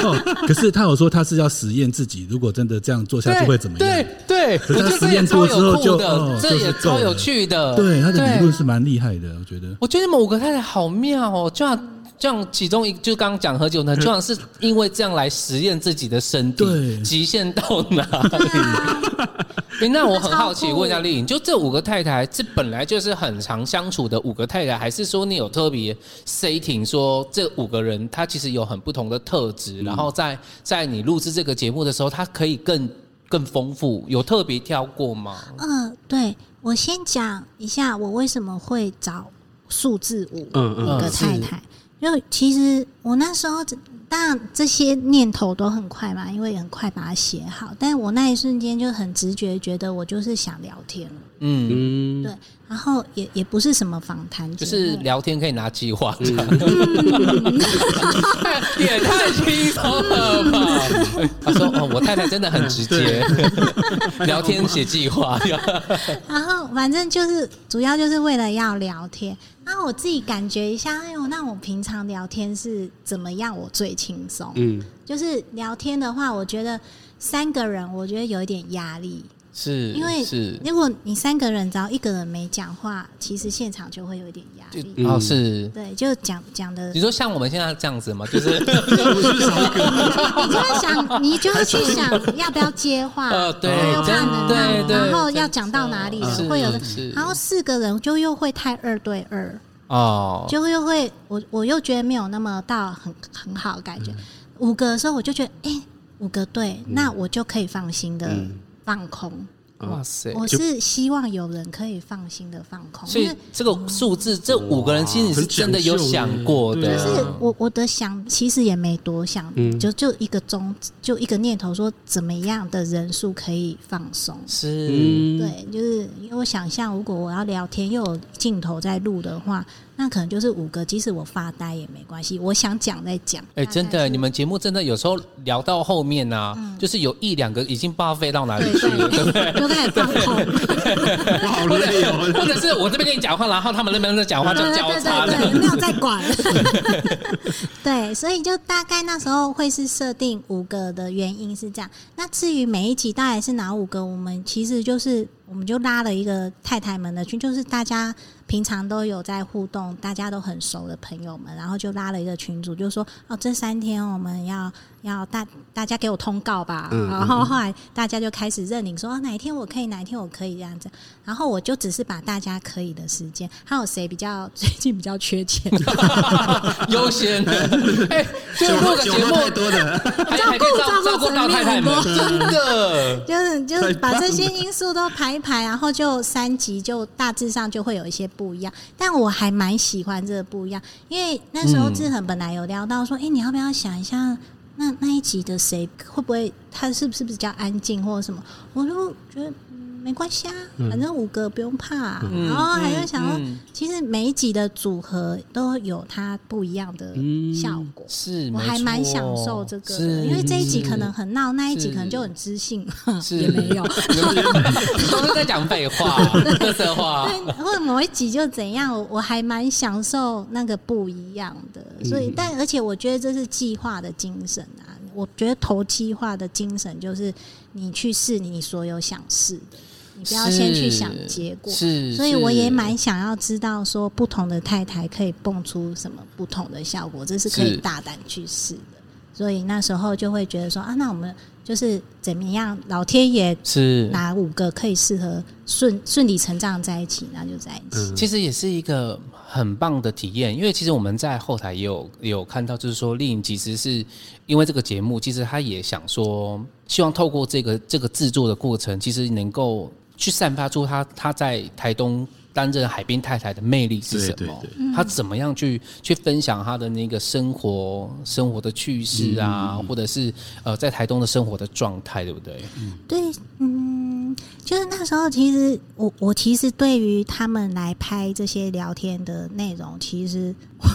S5: 哦，可是他有说他是要实验自己，如果真的这样做下去会怎么样
S1: 对？对，
S5: 是
S1: 我觉得
S5: 他
S1: 这
S5: 实
S1: 也
S5: 验
S1: 超
S5: 过之
S1: 有
S5: 后
S1: 酷
S5: 就
S1: 的
S5: 哦，
S1: 这
S5: 就是
S1: 也超
S5: 够
S1: 有
S5: 了
S1: 趣的。
S5: 对，他的理
S1: 对
S5: 论是蛮厉害的，我觉得。
S1: 我觉得你们五个太太好妙哦，就像就像其中一就刚刚讲何九呢，就像是因为这样来实验自己的身体
S5: 呃对
S1: 极限到哪 里。
S4: 啊
S1: 诶那我很好奇
S4: 超酷
S1: 问一下丽颖，就这五个太太是本来就是很常相处的五个太太，还是说你有特别 setting 说这五个人他其实有很不同的特质，然后在在你录制这个节目的时候，他可以更更丰富，有特别挑过吗？
S4: 嗯、对我先讲一下我为什么会找数字五
S2: 嗯
S4: 五
S2: 嗯
S4: 个太太，因为其实我那时候当然这些念头都很快嘛，因为很快把它写好，但我那一瞬间就很直觉觉得我就是想聊天了，
S1: 嗯，
S2: 嗯，
S4: 对，然后也也不是什么访谈
S1: 就
S4: 节目，
S1: 是聊天可以拿计划，这样 也太轻松了吧？他说：“哦，我太太真的很直接， 聊天写计划。
S4: 然后反正就是主要就是为了要聊天。然后我自己感觉一下，哎呦，那我平常聊天是怎么样？我最轻松。
S2: 嗯，
S4: 就是聊天的话，我觉得三个人我觉得有一点压力，
S1: 是，
S4: 因为
S1: 是
S4: 如果你三个人只要一个人没讲话，其实现场就会有一点压力。
S1: 哦是。
S4: 对，就讲讲的
S1: 你，说像我们现在这样子嘛，就是
S4: 你 就会想，你就会去想要不要接话，
S1: 呃 对
S4: 然后要
S1: 真
S4: 啊看
S1: 对
S4: 能
S1: 对
S4: 然后
S1: 真
S4: 要讲到哪里
S1: 是
S4: 了，会有的
S1: 是。
S4: 然后四个人就又会太二对二，
S1: 哦，
S4: 就又会我我又觉得没有那么到很很好的
S1: 嗯
S4: 感觉。五个的时候，我就觉得，哎、五个对，那我就可以放心的
S2: 嗯
S4: 放空。
S1: 哇塞！
S4: 我是希望有人可以放心的放空，
S1: 所
S4: 因
S1: 以
S4: 为
S1: 这个数字，这五个人其实你是真的有想过
S2: 对
S1: 的，
S2: 啊
S4: 就是我我的想其实也没多想，
S1: 嗯
S4: 就就一个中就一个念头说怎么样的人数可以放松。
S1: 是
S2: 嗯，
S4: 对，就是因为我想象，如果我要聊天又有镜头在录的话，那可能就是五个，即使我发呆也没关系，我想讲再讲。
S1: 哎、真的，你
S4: 们
S1: 们节目真的有时候聊到后面啊，就是有一两个已经不知道飞到哪里
S4: 嗯对
S1: 去了，对不对？
S4: 对，就开始放空。
S2: 我好累
S1: 或
S2: 哦。
S1: 者是我这边跟你讲话，然 后他们那边在讲话就
S4: 对对
S1: 交
S4: 对
S1: 叉的
S4: 对， 对，没有在管。对，所以就大概那时候会是设定五个的原因是这样。那至于每一集到底是哪五个，我们其实就是我们就拉了一个太太们的群，就是大家平常都有在互动，大家都很熟的朋友们，然后就拉了一个群组，就说哦，这三天我们要要大大家给我通告吧。
S2: 嗯
S4: 然后后来大家就开始认领说，哦，哪一天我可以，哪一天我可以这样子。然后我就只是把大家可以的时间，还有谁比较最近比较 缺钱，
S1: 优先。哎、就是录个节目，
S2: 太多的，
S1: 还还可以照照
S4: 照顾
S1: 顾到
S4: 层面
S1: 太太们，
S4: 很
S1: 真 的。
S4: 就是就是把这些因素都排一排，然后就三集就大致上就会有一些不一样。但我还蛮喜欢这个不一样，因为那时候
S1: 嗯
S4: 志恒本来有聊到说，哎、你要不要想一下？那那一集的谁会不会他是不是比较安静或者什么？我就觉得、嗯没关系啊，反正五个不用怕、啊
S1: 嗯
S4: 然后还有想说，
S1: 嗯嗯
S4: 其实每一集的组合都有它不一样的
S2: 嗯
S4: 效果。
S1: 是，
S4: 我还
S1: 没错
S4: 蛮享受这个的，
S1: 是
S4: 因为这一集
S1: 是
S4: 可能很闹，那一集
S1: 是
S4: 可能就很知性，
S1: 是
S4: 也没有。
S1: 都是在讲废话、 乐色话。
S4: 但或者某一集就怎样，我我还蛮享受那个不一样的，所以、
S1: 嗯
S4: 但而且我觉得这是计划的精神啊。我觉得投计划的精神就是你去试你所有想试的，你不要先去想结果。
S1: 是，
S4: 所以我
S1: 是
S4: 也蛮想要知道说不同的太太可以蹦出什么不同的效果，这是可以
S1: 是
S4: 大胆去试的。所以那时候就会觉得说啊，那我们就是怎么样，老天爷
S1: 是
S4: 哪五个可以适合顺顺理成章在一起，那就在一起。
S1: 其实也是一个很棒的体验，因为其实我们在后台也有也有看到，就是说丽颖其实是因为这个节目，其实她也想说，希望透过这个这个制作的过程，其实能够去散发出她她在台东担任海边太太的魅力是什么，
S2: 对对对
S1: 她怎么样去去分享她的那个生活生活的趣事啊，或者是呃在台东的生活的状态，对不对？
S4: 对，嗯，就是那时候，其实我我其实对于他们来拍这些聊天的内容，其实我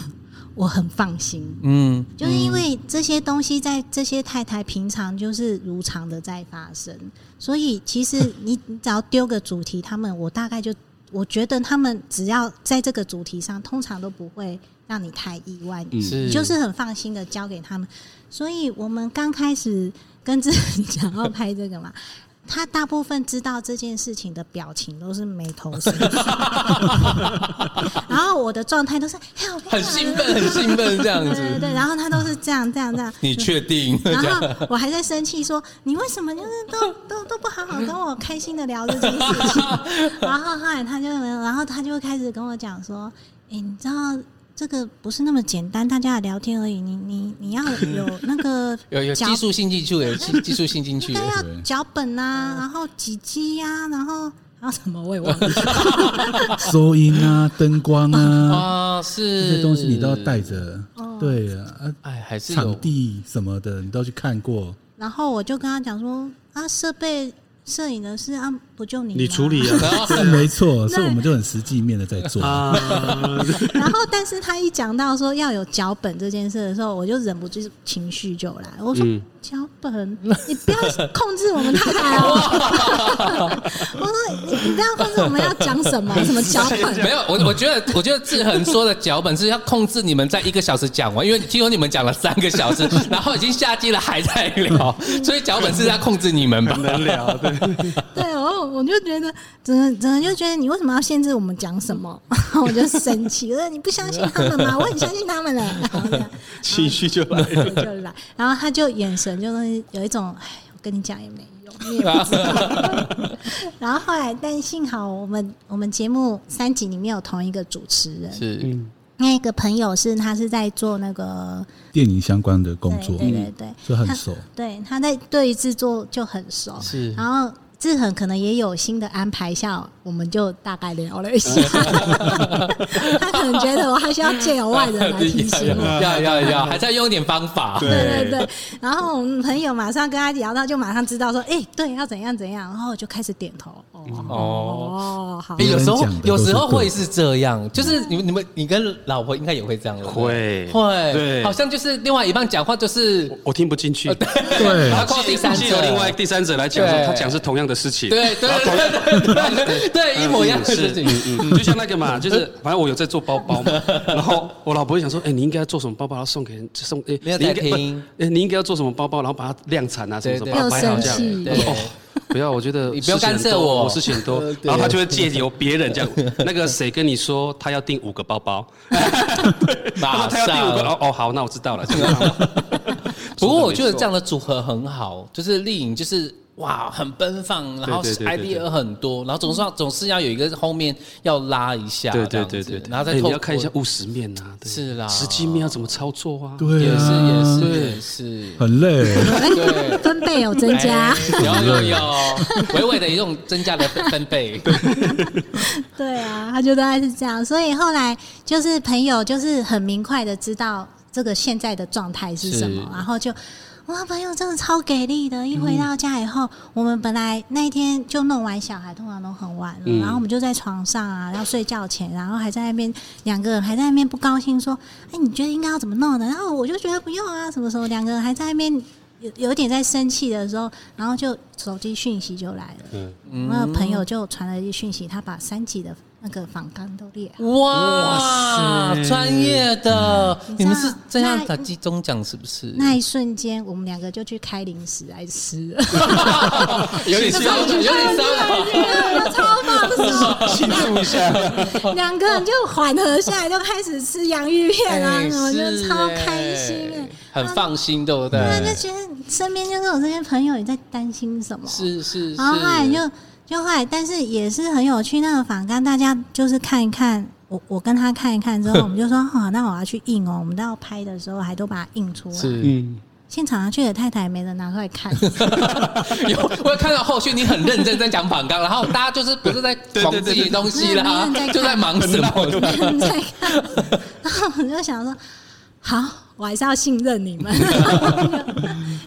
S4: 我 很放心。
S1: 嗯，
S4: 就是因为这些东西在这些太太平常就是如常的在发生，所以其实你你只要丢个主题，他们我大概就我觉得他们只要在这个主题上，通常都不会让你太意外，
S2: 嗯
S1: 是
S4: 你就是很放心的交给他们。所以我们刚开始跟志恒讲要拍这个嘛。 他大部分知道这件事情的表情都是眉头 深锁，然后我的状态都是哎我跟
S1: 很
S4: 你讲
S1: 兴奋，很兴奋这样
S4: 对
S1: 子。。
S4: 对对，然后他都是这样这样这样
S1: 你确定？
S4: 然后我还在生气说，你为什么就是都 都都不好好跟我开心的聊这件事情？ 然后后来他就，然后他就开始跟我讲说，哎、你知道这个不是那么简单，大家的聊天而已，你你你要有那个
S1: 有有技
S4: 脚
S1: 术性进去，有技技术性进去
S4: 应，该要
S5: 对
S4: 脚本啊，然后几击呀、然后 然后什么我也忘了。
S5: 收音啊、灯光啊，
S1: 啊，是
S5: 这些东西你都要带。着。对啊，
S1: 哎，还是有
S5: 场地什么的你都要去看过。
S4: 然后我就跟他讲说，啊，设备摄影的事啊，不就你
S2: 你
S4: 吗
S2: 处理啊
S5: 是没错，所以我们就很实际面的在做。
S2: 啊，
S4: 然后，但是他一讲到说要有脚本这件事的时候，我就忍不住情绪就来。我说
S2: 嗯
S4: 脚、本，你不要控制我们太太哦。我说你你不要控制我们要讲什么什么脚
S1: 没
S4: 本。
S1: 有？我我 觉得，我觉得志恒说的脚本是要控制你们在一个小时讲完，因为听说你们讲了三 个小时，然后已经下机了还在聊，所以脚本是要控制你们吧？
S2: 很难聊，对，
S4: 对，哦，我就觉得，整个整个就觉得你为什么要限制我们讲什么？我就生气，我说你不相信他们吗？我很相信他们了。然后这样
S2: 情绪就来了。
S4: 就来，然后他就眼神就是有一种，哎，我跟你讲也没用，你也不知道。然后后来，但幸好我们我们节目三集里面有同一个主持 人，
S1: 是
S2: 嗯，
S4: 那个朋友是他是在做那个
S5: 电影相关的工作，
S4: 对对对
S5: 所以很熟。
S4: 对，他在对于制作就很熟，
S1: 是
S4: 然后志恒可能也有新的安排下，我们就大概聊了一下。他可能觉得我还需要借由外人来提醒我。
S1: 要要 要，还在用一点方法。
S2: 对
S4: 对对对，然后我们朋友马上跟他聊到，就马上知道说，哎、对，要怎样怎样，然后我就开始点头。哦
S1: 嗯
S4: 哦，好
S1: 欸，有时候
S5: 别人讲的
S1: 有
S5: 都是
S1: 时候
S5: 对
S1: 会是这样，就是你们你们你跟老婆应该也会这样，对不对
S2: 会
S1: 会
S2: 对
S1: 好像就是另外一半讲话就是
S2: 我听不进去。
S5: 对，
S1: 包括第三者
S2: 既有另外第三者来讲说，
S1: 对
S2: 他讲是同样的事情，
S1: 对对对对对呃对一模一样的事
S2: 是，
S1: 情
S2: 嗯，嗯，就像那个 嘛，就是反正我有在做包包嘛，然后我老婆会想说，哎，你应该要做什么包包，然后送给人送，哎，
S1: 没有
S2: 你应
S1: 在
S2: 该
S1: 听
S2: 不哎，你应该要做什么包包，然后把它量产啊，什么什么，
S1: 对对
S2: 把它摆好这样，
S4: 不要生气
S2: 我说哦。不要，我觉得
S1: 你不要干涉
S2: 事情很多
S1: 我
S2: 我事情很多
S1: 呃， 对
S2: 然后他就会借由别人 这样，那个谁跟你说他要订五个包包，他
S1: 马
S2: 说他要订五个，
S1: 上。
S2: 哦哦好，那我知道了。这样
S1: 不过我觉得
S2: 说得没
S1: 这
S2: 错
S1: 样的组合很好，就是丽颖就是哇很奔放，然后
S2: 对对对对对
S1: idea 很多，然后总是要总是要有一个后面要拉一下，
S2: 对
S1: 这
S2: 对
S1: 样
S2: 对
S1: 子
S2: 对对，
S1: 然后再
S2: 哎
S1: 透
S2: 你
S1: 过
S2: 要看一下务实面啊，对
S1: 是啦
S2: 实际面要怎么操作啊？
S5: 对
S1: 也是也
S5: 啊，
S1: 是也是，
S5: 很累。
S1: 对。
S4: 分贝有增加，
S1: 哎有有有，微微的一种增加的分贝，
S4: 对啊，他就大概是这样，所以后来就是朋友就是很明快的知道这个现在的状态是什么
S1: 是，
S4: 然后就。哇，朋友真的超给力的！一回到家以后，我们本来那一天就弄完小孩，通常都很晚了，
S2: 嗯
S4: 然后我们就在床上啊，要睡觉前，然后还在那边两个人还在那边不高兴说：“哎，你觉得应该要怎么弄的？”然后我就觉得不用啊，什么什么，两个人还在那边有有点在生气的时候，然后就手机讯息就来了，
S2: 嗯，
S4: 那朋友就传了一讯息，他把三级的那个访纲都列
S1: 嗯
S4: 好。
S1: 哇，专业的，你们是这样打金钟奖是不是？
S4: 那一瞬间，我们两个就去开零食来吃了，
S1: 有点骚扰，有点啊骚扰，
S4: 超放 松，
S2: 庆祝一下。
S4: 两个人就缓和下来，就开始吃洋芋片啊
S1: 哎
S4: 什么，
S1: 是
S4: 就超
S1: 哎
S4: 开心哎。
S1: 很放心，对不对？
S4: 突然就觉得身边就是有这些朋友，你在担心什么？
S1: 是是是
S4: 然，后后来就就后来，但是也是很有趣。那个访纲，大家就是看一看，我我跟他看一看 之后，我们就说好、那我要去印哦。我们到拍的时候还都把它印出来。
S1: 是
S2: 嗯，
S4: 现场要去的太太没人拿出来看，
S1: 有我有看到后续你很认真在讲反纲，然后大家就是不是在忙自己的东西啦
S4: 对对对对没有没有人在，看
S1: 就在忙什么？
S4: 没人在看。 然后我就想说，好，我还是要信任你们。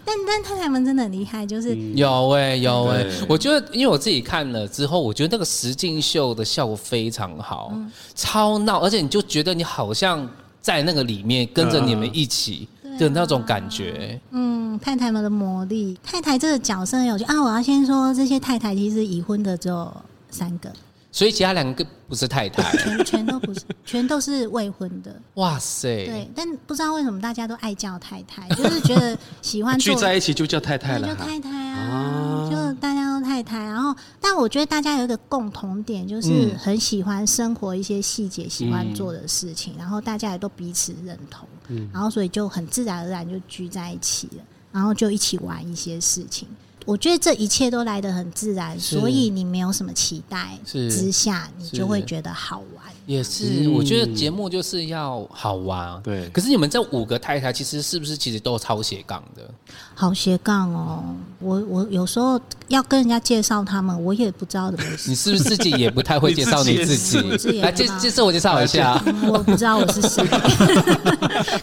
S4: 但但太太们真的很厉害，就是、
S1: 有哎、有哎、
S2: 对
S1: 我觉得因为我自己看了之后，我觉得那个实境秀的效果非常好，
S4: 嗯
S1: 超闹，而且你就觉得你好像在那个里面跟着你们一起
S4: 嗯
S1: 的那种感觉。
S4: 嗯，太太们的魔力。太太这个角色很有趣啊！我要先说，这些太太其实已婚的只有三个，
S1: 所以其他两个不是太 太，
S4: 全全都不是，全都是未婚的。
S1: 哇塞，
S4: 对，但不知道为什么大家都爱叫太太，就是觉得喜 欢
S2: 聚
S4: 做
S2: 在一起就叫太太
S4: 对，
S2: 了
S4: 就
S2: 哈。
S4: 太太
S2: 啊
S4: 啊，就大家都太太。然后，但我觉得大家有一个共同点，就是
S1: 嗯
S4: 很喜欢生活一些细节，喜欢做的事情，然后大家也都彼此认同，然后所以就很自然而然就聚在一起了，然后就一起玩一些事情。我觉得这一切都来得很自然，
S1: 是
S4: 所以你没有什么期待
S1: 是
S4: 之下，你
S1: 是
S4: 就会觉得好玩。
S1: 也是，
S2: 嗯
S1: 我觉得节目就是要好玩。啊
S2: 对
S1: 可是你们这五个太太其实是不是其实都超斜杠的？
S4: 好斜杠哦，我我有时候要跟人家介绍他们，我也不知道怎么
S1: 你是不是自己也不太会介绍你自
S4: 你自己也是我自己
S1: 己？
S4: 也
S1: 来
S4: 不知
S1: 介
S4: 道
S1: 介绍我介绍一下。
S4: 我不知道我是谁。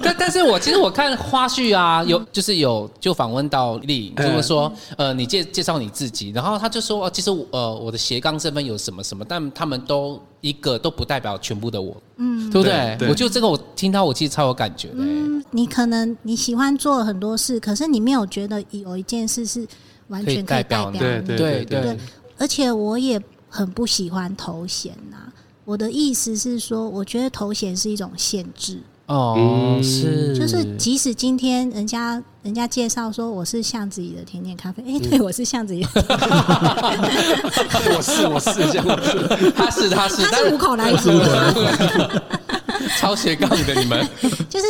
S1: 但但是我其实我看花絮啊，有就是有就访问到丽颖，就会说，呃，你介介绍你自己，然后他就说，哦其实我呃我的斜杠身份有什么什么，但他们都一个都不代表全部的我，嗯，对不对？
S2: 对对
S1: 我就这个我听到我其实超有感觉的、欸
S4: 嗯，你可能你喜欢做很多事，可是你没有觉得有一件事是完全
S1: 可
S4: 可以
S1: 以代
S4: 代
S1: 表
S4: 表
S1: 你
S4: 你。
S2: 对对
S1: 对
S2: 对
S1: 对
S2: 对，
S4: 而且我也很不啊喜欢头衔呐、我的意思是说，我觉得头衔是一种限制。
S1: 哦，是，
S4: 就是即使今天人家人家介绍说我是巷子里的甜点咖啡，哎、对我是巷子里的，
S1: 我是我是这样， 他是他是，
S4: 他
S1: 但
S4: 是五口来
S5: 是
S4: 福
S5: 我，
S1: 超斜杠的你 们，
S4: 就是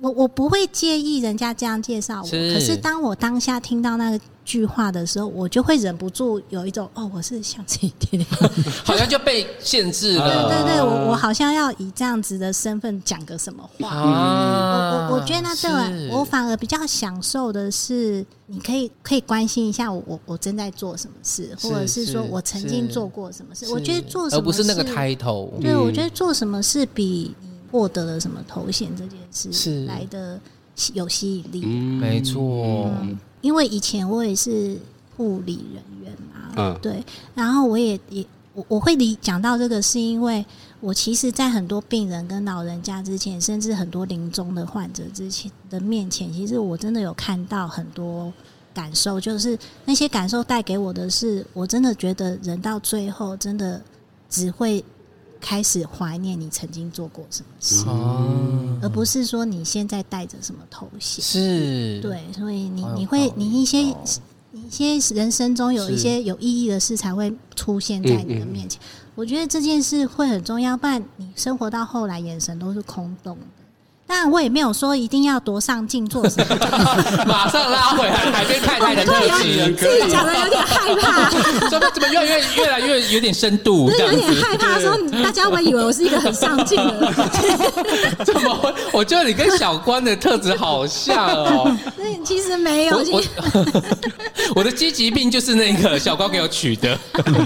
S4: 我我不会介意人家这样介绍我，
S1: 是
S4: 可是当我当下听到那个句话的时候，我就会忍不住有一种哦，我是巷子里甜点咖啡
S1: 好像就被限制
S4: 对对
S1: 了。
S4: 对，我我好像要以这样子的身份讲个什么话。
S1: 啊
S4: 嗯我我我觉得那对
S1: 是
S4: 我，我反而比较享受的是，你可以可以关心一下我我我正在做什么事，
S1: 是
S4: 或者是说
S1: 是
S4: 我曾
S1: 是
S4: 经做过什么事。我觉得做什
S1: 而
S4: 么
S1: 不是那个
S4: 事
S1: title，
S4: 对，我觉得做什么事比你获得了什么头衔这件事
S1: 是
S4: 来的有吸引力。
S2: 嗯
S1: 没错，
S4: 因为以前我也是护理人员嘛，
S2: 嗯
S4: 对，然后我也也我我会理讲到这个，是因为我其实，在很多病人跟老人家之前，甚至很多临终的患者之前的面前，其实我真的有看到很多感受，就是那些感受带给我的是，我真的觉得人到最后真的只会开始怀念你曾经做过什么事，
S1: 哦，
S4: 而不是说你现在带着什么头衔。
S1: 是，哎
S4: 对，所以你
S1: 好有
S4: 你会
S1: 道理
S4: 你一些
S1: 哦
S4: 你一些人生中有一
S1: 是
S4: 些有意义的事才会出现在你的面前。我觉得这件事会很重要，不然你生活到后来眼神都是空洞的。当然，我也没有说一定要多上进做什么，
S1: 马上拉回来海边太太的特辑了，
S4: 自己讲的有点害怕，
S1: 怎么怎么越来越越来越有点深度
S4: 就
S1: 这样
S4: 有点
S1: 子？
S4: 害怕说大家会以为我是一个很上进的人。
S1: 怎么会？我觉得你跟小关的特质好像 哦。
S4: 对，其实没有，
S1: 我
S4: 其
S1: 我
S4: 实
S1: 我的积极病就是那 个小关给我取的，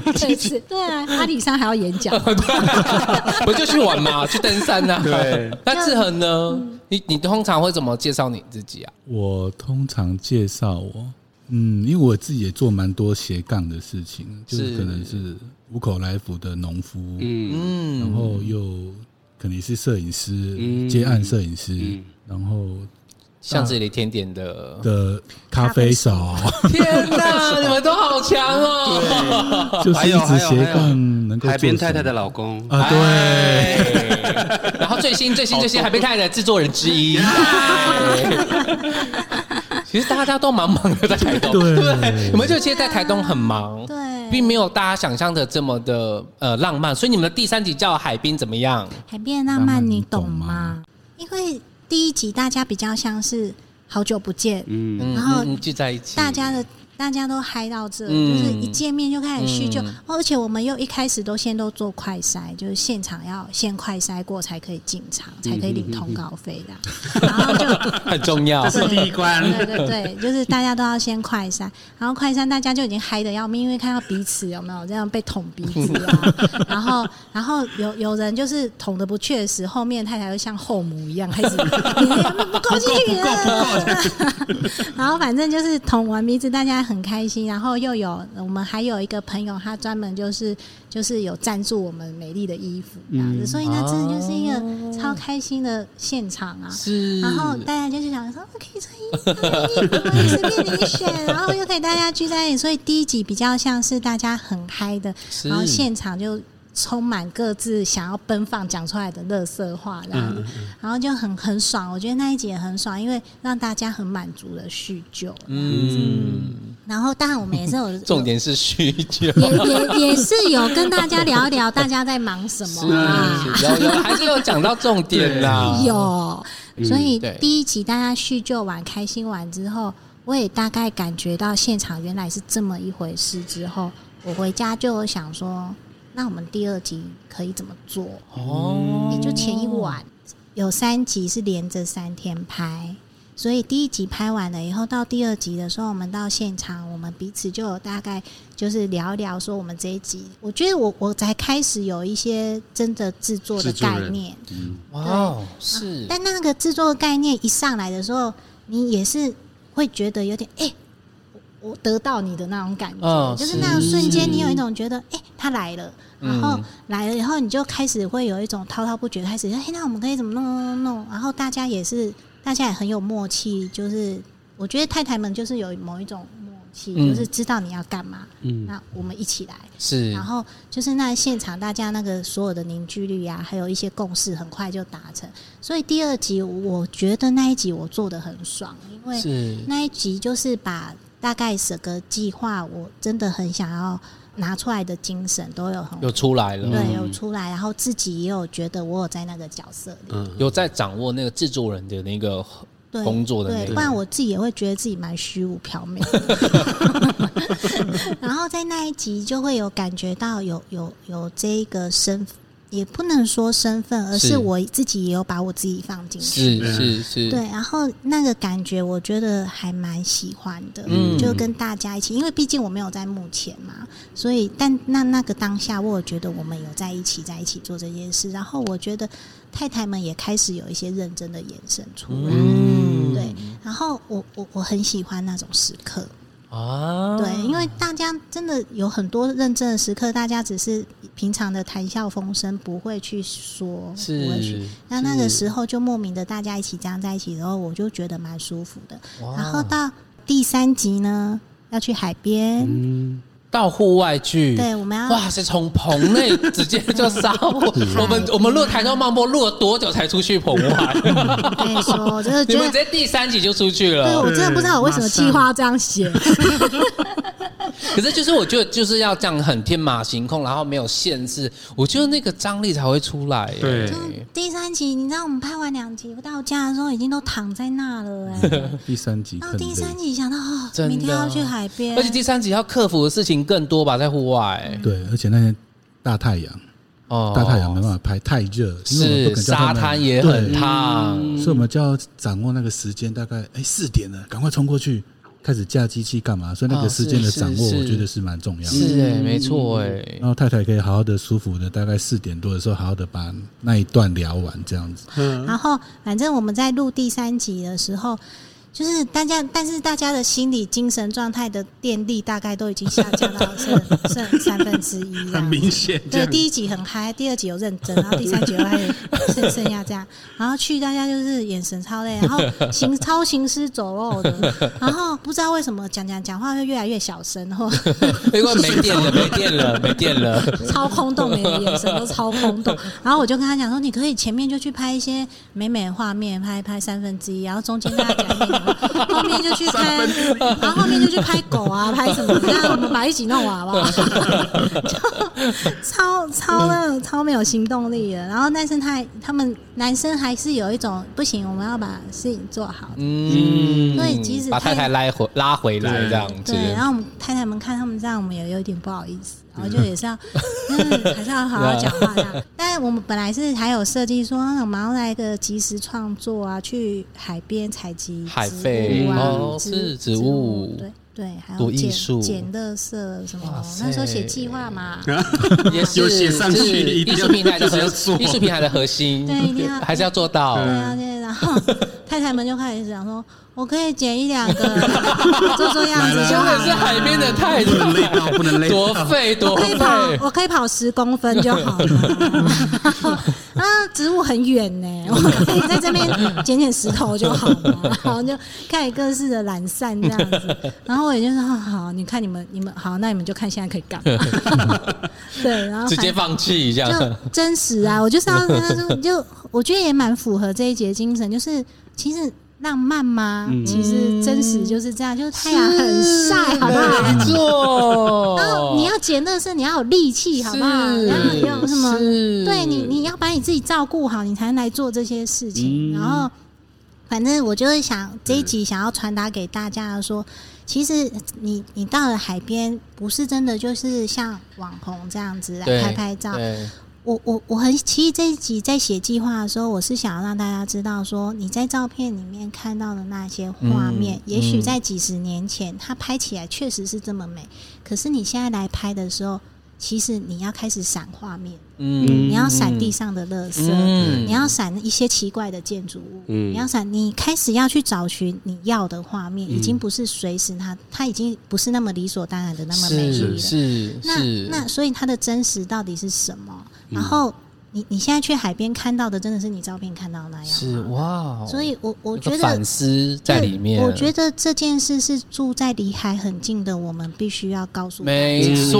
S4: 对是对啊，阿里山还要演 讲，
S1: 不啊就去玩 嘛，去登山呐、
S2: 对，
S1: 那志恒
S4: 嗯
S1: 呢？你你通常会怎么介绍你自己啊？
S5: 我通常介绍我，嗯，因为我自己也做蛮多斜杠的事情，就是
S1: 是
S5: 可能是五口来福的农夫，
S2: 嗯
S1: 嗯，
S5: 然后又可能是摄影师，
S2: 嗯
S5: 接案摄影师，
S2: 嗯
S5: 然后
S1: 巷子里甜点的，
S5: 的咖啡手，
S1: 天哪，你们都好强哦！
S5: 就是一直斜杠能够做什么
S2: 海
S1: 嗯
S2: 边太太的老公，
S5: 啊，对，
S1: 对，然后最新最新最新还被太太制作人之一。 其实大家都蛮忙的，在台东，
S5: 对
S1: 对，你们就其实，在台东很忙，
S4: 对
S1: 哦并没有大家想象的这么的呃浪漫，所以你们的第三集叫海滨怎么样？
S4: 海边浪
S5: 浪漫
S4: 漫，你
S5: 你懂
S4: 懂
S5: 吗
S4: 吗？因为第一集大家比较像是好久不见，
S2: 嗯，
S1: 嗯
S4: 然后
S1: 嗯嗯聚在一起，
S4: 大家的大家都嗨到这，
S1: 嗯
S4: 就是一见面就开始叙旧、
S1: 嗯
S4: 哦而且我们又一开始都先都做快筛，就是现场要先快筛过才可以进场，才可以领通告费
S1: 嗯
S4: 这样，然后就。
S1: 很重要
S2: 这，是第一关，
S4: 对对 对，就是大家都要先快筛，然后快筛大家就已经嗨的要命，因为看到彼此有没有这样被捅鼻子啊，然后然后有有人就是捅的不确实，后面太太就像后母一样开 始你不够敬语 然后反正就是捅完鼻子，大家很开心。然后又有我们还有一个朋友，他专门就是就是有赞助我们美丽的衣服这样子，所以呢，真的就是一个超开心的现场啊。
S1: 是，
S4: 然后大家就是想说，我哦可以穿衣穿衣服，可以随便你选，然后又可以大家聚在一起，所以第一集比较像是大家很嗨的，
S1: 是
S4: 然后现场就充满各自想要奔放讲出来的乐色话这
S1: 嗯
S4: 样子，然后就很很爽。我觉得那一集也很爽，因为让大家很满足的叙旧。
S1: 嗯，
S4: 然后当然我们也是有
S1: 重。点是需求。
S4: 也也也是有跟大家聊一聊大家在忙 什
S1: 是
S4: 么啊，
S1: 有有还是有讲到重点啦，
S4: 有，
S2: 嗯
S4: 所以
S1: 对
S4: 第一集大家叙旧完、开心完之后，我也大概感觉到现场原来是这么一回事。之后我回家就想说，那我们第二集可以怎么做？
S1: 哦，
S4: 也就前一晚有三集是连着三天拍。所以第一集拍完了以后，到第二集的时候，我们到现场，我们彼此就有大概就是聊一聊，说我们这一集，我觉得我我才开始有一些真的制作的
S2: 制作
S4: 概
S2: 人
S4: 念，
S1: 哇哦，是，
S4: 但那个制作概念一上来的时候，你也是会觉得有点哎、诶我我得到你的那种感觉，
S1: 嗯
S4: 就是
S1: 是
S4: 那种瞬间，你有一种觉得哎、诶他来了，然后
S1: 嗯
S4: 来了以后，你就开始会有一种滔滔不绝，开始哎、诶那我们可以怎么弄弄弄弄，然后大家也是大家也很有默契，就是我觉得太太们就是有某一种默系，
S1: 嗯
S4: 就是知道你要干嘛，
S2: 嗯
S4: 那我们一起来。
S1: 是
S4: 然后就是那现场大家那个所有的凝聚力啊，还有一些共识，很快就达成。所以第二集我觉得那一集我做的很爽，因为
S1: 是
S4: 那一集就是把大概整个计划我真的很想要拿出来的精神都有很
S1: 有嗯出来了，
S4: 对有出来，然后自己也有觉得我有在那个角色里，
S2: 嗯，
S1: 有在掌握那个制作人的那个
S4: 对
S1: 工作的内
S4: 对，
S1: 容
S4: 不然我自己也会觉得自己蛮虚无缥缈。 然后在那一集就会有感觉到有有有这一个身，也不能说身份，而
S1: 是
S4: 是我自己也有把我自己放进去。
S1: 是是是，
S4: 对，然后那个感觉我觉得还蛮喜欢的，
S1: 嗯
S4: 就跟大家一起，因为毕竟我没有在幕前嘛，所以但那那个当下，我有觉得我们有在一起，在一起做这件事，然后我觉得太太们也开始有一些认真的眼神出来，
S1: 嗯
S4: 对，然后我我我很喜欢那种时刻，
S1: 啊，
S4: 对，因为大家真的有很多认真的时刻，大家只是平常的谈笑风生，不会去说，不会去
S1: 是
S4: 那那个
S1: 是
S4: 时候就莫名的大家一起这样在一起，然后我就觉得蛮舒服的。
S1: 哇
S4: 然后到第三集呢，要去海边，
S1: 嗯到户外去，
S4: 对，我们要
S1: 哇塞，从棚 内直接就烧火，我们我们录台中漫播录了多久才出去棚外？
S4: 我跟你说，我真的
S1: 你
S4: 觉
S1: 们直哦
S4: 得，
S1: 接第三集就出去
S4: 对
S1: 了，
S4: 我真的不知道我为什么计划要这样写，
S1: 可是就是我觉得就是要这样很天马行空，然后没有限制，我觉得那个张力才会出来耶。
S2: 对
S4: 就是第三集，你知道我们拍完两集到家的时候，已经都躺在那了哎、
S5: 第三集
S4: 到
S5: 看
S4: 第三集想到哦
S1: 嗯真，的
S4: 明天要去海边，
S1: 而且第三集要克服的事情更多吧，在户外
S5: 对，而且那天大太阳，
S1: 哦
S5: 大太阳没办法拍，太热，因为我们不
S1: 是
S5: 可能叫他
S1: 沙
S5: 们
S1: 滩也很烫，
S5: 对所以我们就要掌握那个时间，大概哎四点了，赶快冲过去，开始架机器干嘛？所以那
S2: 哦
S1: 啊
S5: 个时间的
S1: 是
S5: 掌握，
S1: 是
S5: 我
S1: 是
S5: 觉得是蛮重要的。
S1: 是哎，
S2: 嗯
S1: 没错哎，
S5: 然后太太可以好好的、舒服的，大概四点多的时候，好好的把那一段聊完，这样子。
S2: 嗯
S4: 然后反正我们在录第三集的时候，就是大家，但是大家的心理精神状态的电力大概都已经下降到剩剩三分之一这
S2: 很
S4: 样
S2: 明
S4: 子。
S2: 显这
S4: 对，
S1: 嗯
S2: 样，
S4: 第一集很嗨，第二集有认真，然后第三集又还剩剩下这样，然后去大家就是眼神超累，然后行超行尸走肉的，然后不知道为什么讲讲讲话会越来越小声，然后
S1: 因为没电了， 没电了，没电了。
S4: 超空洞，每个眼神都超空洞。然后我就跟他讲说，你可以前面就去拍一些美美的画面，拍一拍三分之一，然后中间大家讲一点，后面就去拍，然后后面就去拍狗啊，拍什么？那我们把一起弄完好不好？超超那种超没有行动力的。然后但是他还他们男生还是有一种不行，我们要把事情做好。
S1: 嗯，
S4: 所以即使
S1: 把太太
S4: 太
S1: 拉回拉回来这样子，
S4: 对，然后我们太太们看他们这样，我们也有一点不好意思，然后就也 是要，嗯，还是要好好讲话这样。但我们本来是还有设计说，那我们要来一个即时创作啊，去海边采集
S1: 海
S4: 植
S1: 废
S4: 物啊，
S1: 哦
S4: 植
S1: 是植
S4: 植
S1: 物
S4: 对对，还
S1: 多
S4: 有
S1: 艺
S4: 捡
S1: 术
S4: 捡垃圾什
S1: 哇
S4: 么，
S1: 塞
S4: 那时候写计划嘛，
S1: 也是
S2: 有写上去
S1: 是
S2: 一
S1: 艺
S2: 定要
S1: 术平台的
S2: 就是要
S1: 核
S2: 做嗯
S1: 艺术平台的核心，
S4: 对一定要
S1: 还是要做到。
S4: 对啊对，然 后太太们就开始讲说，我可以捡一两个 做做样子就
S1: 真
S4: 好
S1: 的是
S4: 了。
S1: 海边的太
S2: 不嗯能累
S1: 太，
S2: 到，不能累到，
S1: 多费
S4: 我
S1: 多
S4: 可以跑，
S1: 费，
S4: 我可以跑十公分就好 了。啊，植物很远呢，我可以在这边捡捡石头就好了。然后就开始各式的懒散这样子。然后我也就说哦好，你看你们，你们好，那你们就看现在可以干 嘛。对，然后
S1: 直接
S4: 反
S1: 放弃这样。
S4: 就真实啊，我就是要跟他 说，就我觉得也蛮符合这一节精神，就是其实。浪漫吗？其实真实就是这样，就是太阳哎很晒，好不好？
S1: 没错，
S4: 然后哦你要捡垃圾，你要有力气，好不好？
S1: 哦是
S4: 然后你要有什么？
S1: 是
S4: 对你，你要把你自己照顾好，你才能来做这些事情。
S1: 嗯
S4: 然后，反正我就是想这一集想要传达给大家的说，其实你你到了海边，不是真的就是像网红这样子来
S1: 对
S4: 拍拍照，
S1: 对
S4: 我我我很其实这一集在写计划的时候，我是想要让大家知道说，你在照片里面看到的那些画面，
S1: 嗯
S4: 也许
S1: 嗯
S4: 在几十年前它拍起来确实是这么美，可是你现在来拍的时候，其实你要开始闪画面，
S1: 嗯
S4: 你要闪地上的垃圾，
S1: 嗯
S4: 你要闪一些奇怪的建筑物，
S2: 嗯
S4: 你要闪，你开始要去找寻你要的画面，已
S1: 嗯
S4: 经不是随时它，它已经不是那么理所当然的那么美丽了
S1: 是。是嗯
S4: 那
S1: 是，
S4: 那所以它的真实到底是什么？然后你你现在去海边看到的，真的是你照片看到的那样吗
S1: 是哇，哦
S4: 所以我我
S1: 有个
S4: 觉得
S1: 反思在里面，
S4: 对我觉得这件事是住在离海很近的，我们必须要告诉大家
S1: 没错，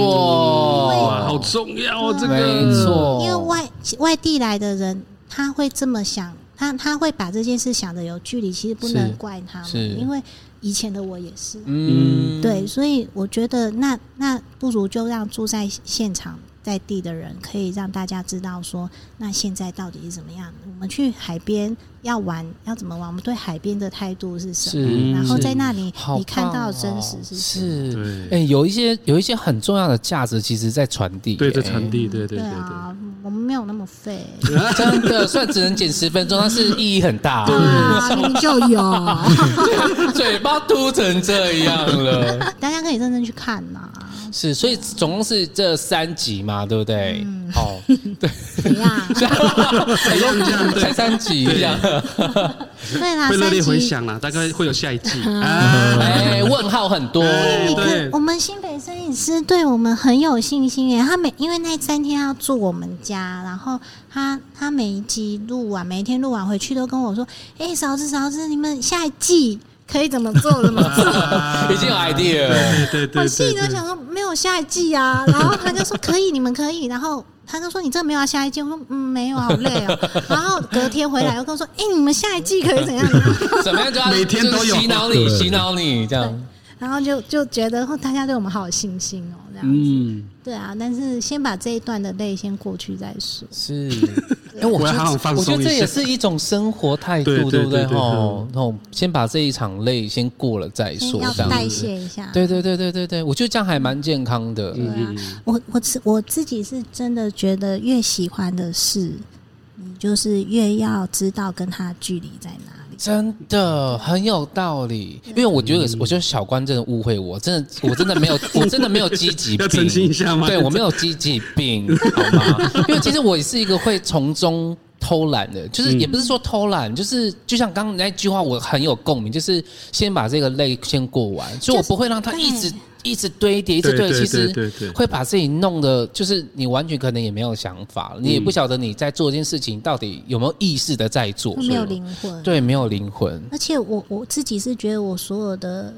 S1: 啊
S2: 哇，好重要哦，这
S1: 没
S2: 个
S1: 错，
S4: 因为外外地来的人，他会这么想，他他会把这件事想的有距离，其实不能
S1: 是
S4: 怪他们，
S1: 是
S4: 因为以前的我也是，
S1: 嗯，
S4: 对，所以我觉得那那不如就让住在现场在地的人，可以让大家知道说，那现在到底是怎么样。我们去海边要玩要怎么玩，我们对海边的态度是什么？
S1: 是，
S4: 然后
S1: 是
S4: 在那里
S1: 好
S4: 你看到的
S1: 棒
S4: 真
S1: 哦
S4: 实是什么？
S1: 是，
S2: 对
S1: 哎、有一些有一些很重要的价值，其实在传递、
S2: 对，这
S1: 哎
S2: 传递，对对
S4: 对
S2: 对
S4: 啊，我们没有那么废。
S1: 真的，虽然只能减十分钟，但是意义很大。
S4: 啊，明明就有。
S1: 嘴巴嘟成这样了，
S4: 大家可以认真去看呐、
S1: 是，所以总共是这三集嘛，对不对？
S2: 嗯哦
S1: 好、
S4: 怎样？
S1: 才三集这样。
S4: 对啊
S2: 对，
S4: 啦，
S2: 会热
S4: 三
S2: 烈回
S4: 级。
S2: 想啦，大概会有下一季
S1: 嗯
S2: 啊，
S1: 哎，问号很多，
S2: 哎
S4: 哎
S2: 对对
S4: 我们新北摄影师对我们很有信心耶，他每因为那三天要住我们家，然后他他每一集录完，每一天录完回去都跟我说：“哎、嫂子嫂子，你们下一季可以怎么 做 怎么做？”
S2: 啊
S1: 已经有 idea 了。
S2: 对对对
S4: 我心里
S2: 对
S4: 都想说没有下一季啊，然后他就说可以，你们可以，然后他就说你真的没有要下一季，我说嗯没有，好累哦。然后隔天回来又跟我说，哎、你们下一季可以怎样？
S1: 怎么样就要
S2: 每天都有
S1: 就是洗脑你，
S5: 对
S1: 洗脑你这样。
S4: 然后就就觉得哦大家对我们好有信心哦，这样、
S2: 嗯，
S4: 对啊。但是先把这一段的累先过去再说。
S1: 是，哎，我
S2: 我
S1: 觉
S2: 要好好
S1: 得
S2: 放
S1: 我觉
S2: 松
S1: 得
S2: 一
S1: 这也
S2: 下。
S1: 是一种生活态
S2: 对
S1: 度，
S2: 对
S1: 对不对？
S2: 对对
S1: 吼，
S2: 对
S1: 吼，先把这一场累先过了再说，
S4: 嗯要
S1: 这样。
S4: 代谢一下。
S1: 对对对对对对，我觉得这样还蛮健康
S2: 嗯
S1: 的。
S4: 对啊，我我自我自己是真的觉得越喜欢的事，你就是越要知道跟他距离在哪里。
S1: 真的很有道理，
S2: 嗯
S1: 因为我觉得，我觉得小关真的误会我，真的，我真的 没有，我真的没有积极病。
S2: 要澄清一下吗
S1: 对我没有积极病，好吗？因为其实我也是一个会从中偷懒的，就是也不是说偷懒，就是就像刚刚那句话，我很有共鸣，就是先把这个累先过完，所以我不会让它一直
S2: 嗯
S4: 对
S1: 一直堆叠，一直堆
S2: 对
S1: 叠，
S2: 对
S1: 其实
S2: 对对对
S1: 会把自己弄得，就是你完全可能也没有想法，你也不晓得你在做这件事情到底有没有意识的在做，
S4: 没有
S1: 所以
S4: 灵魂。
S1: 对，没有灵魂。
S4: 而且我我自己是觉得，我所有的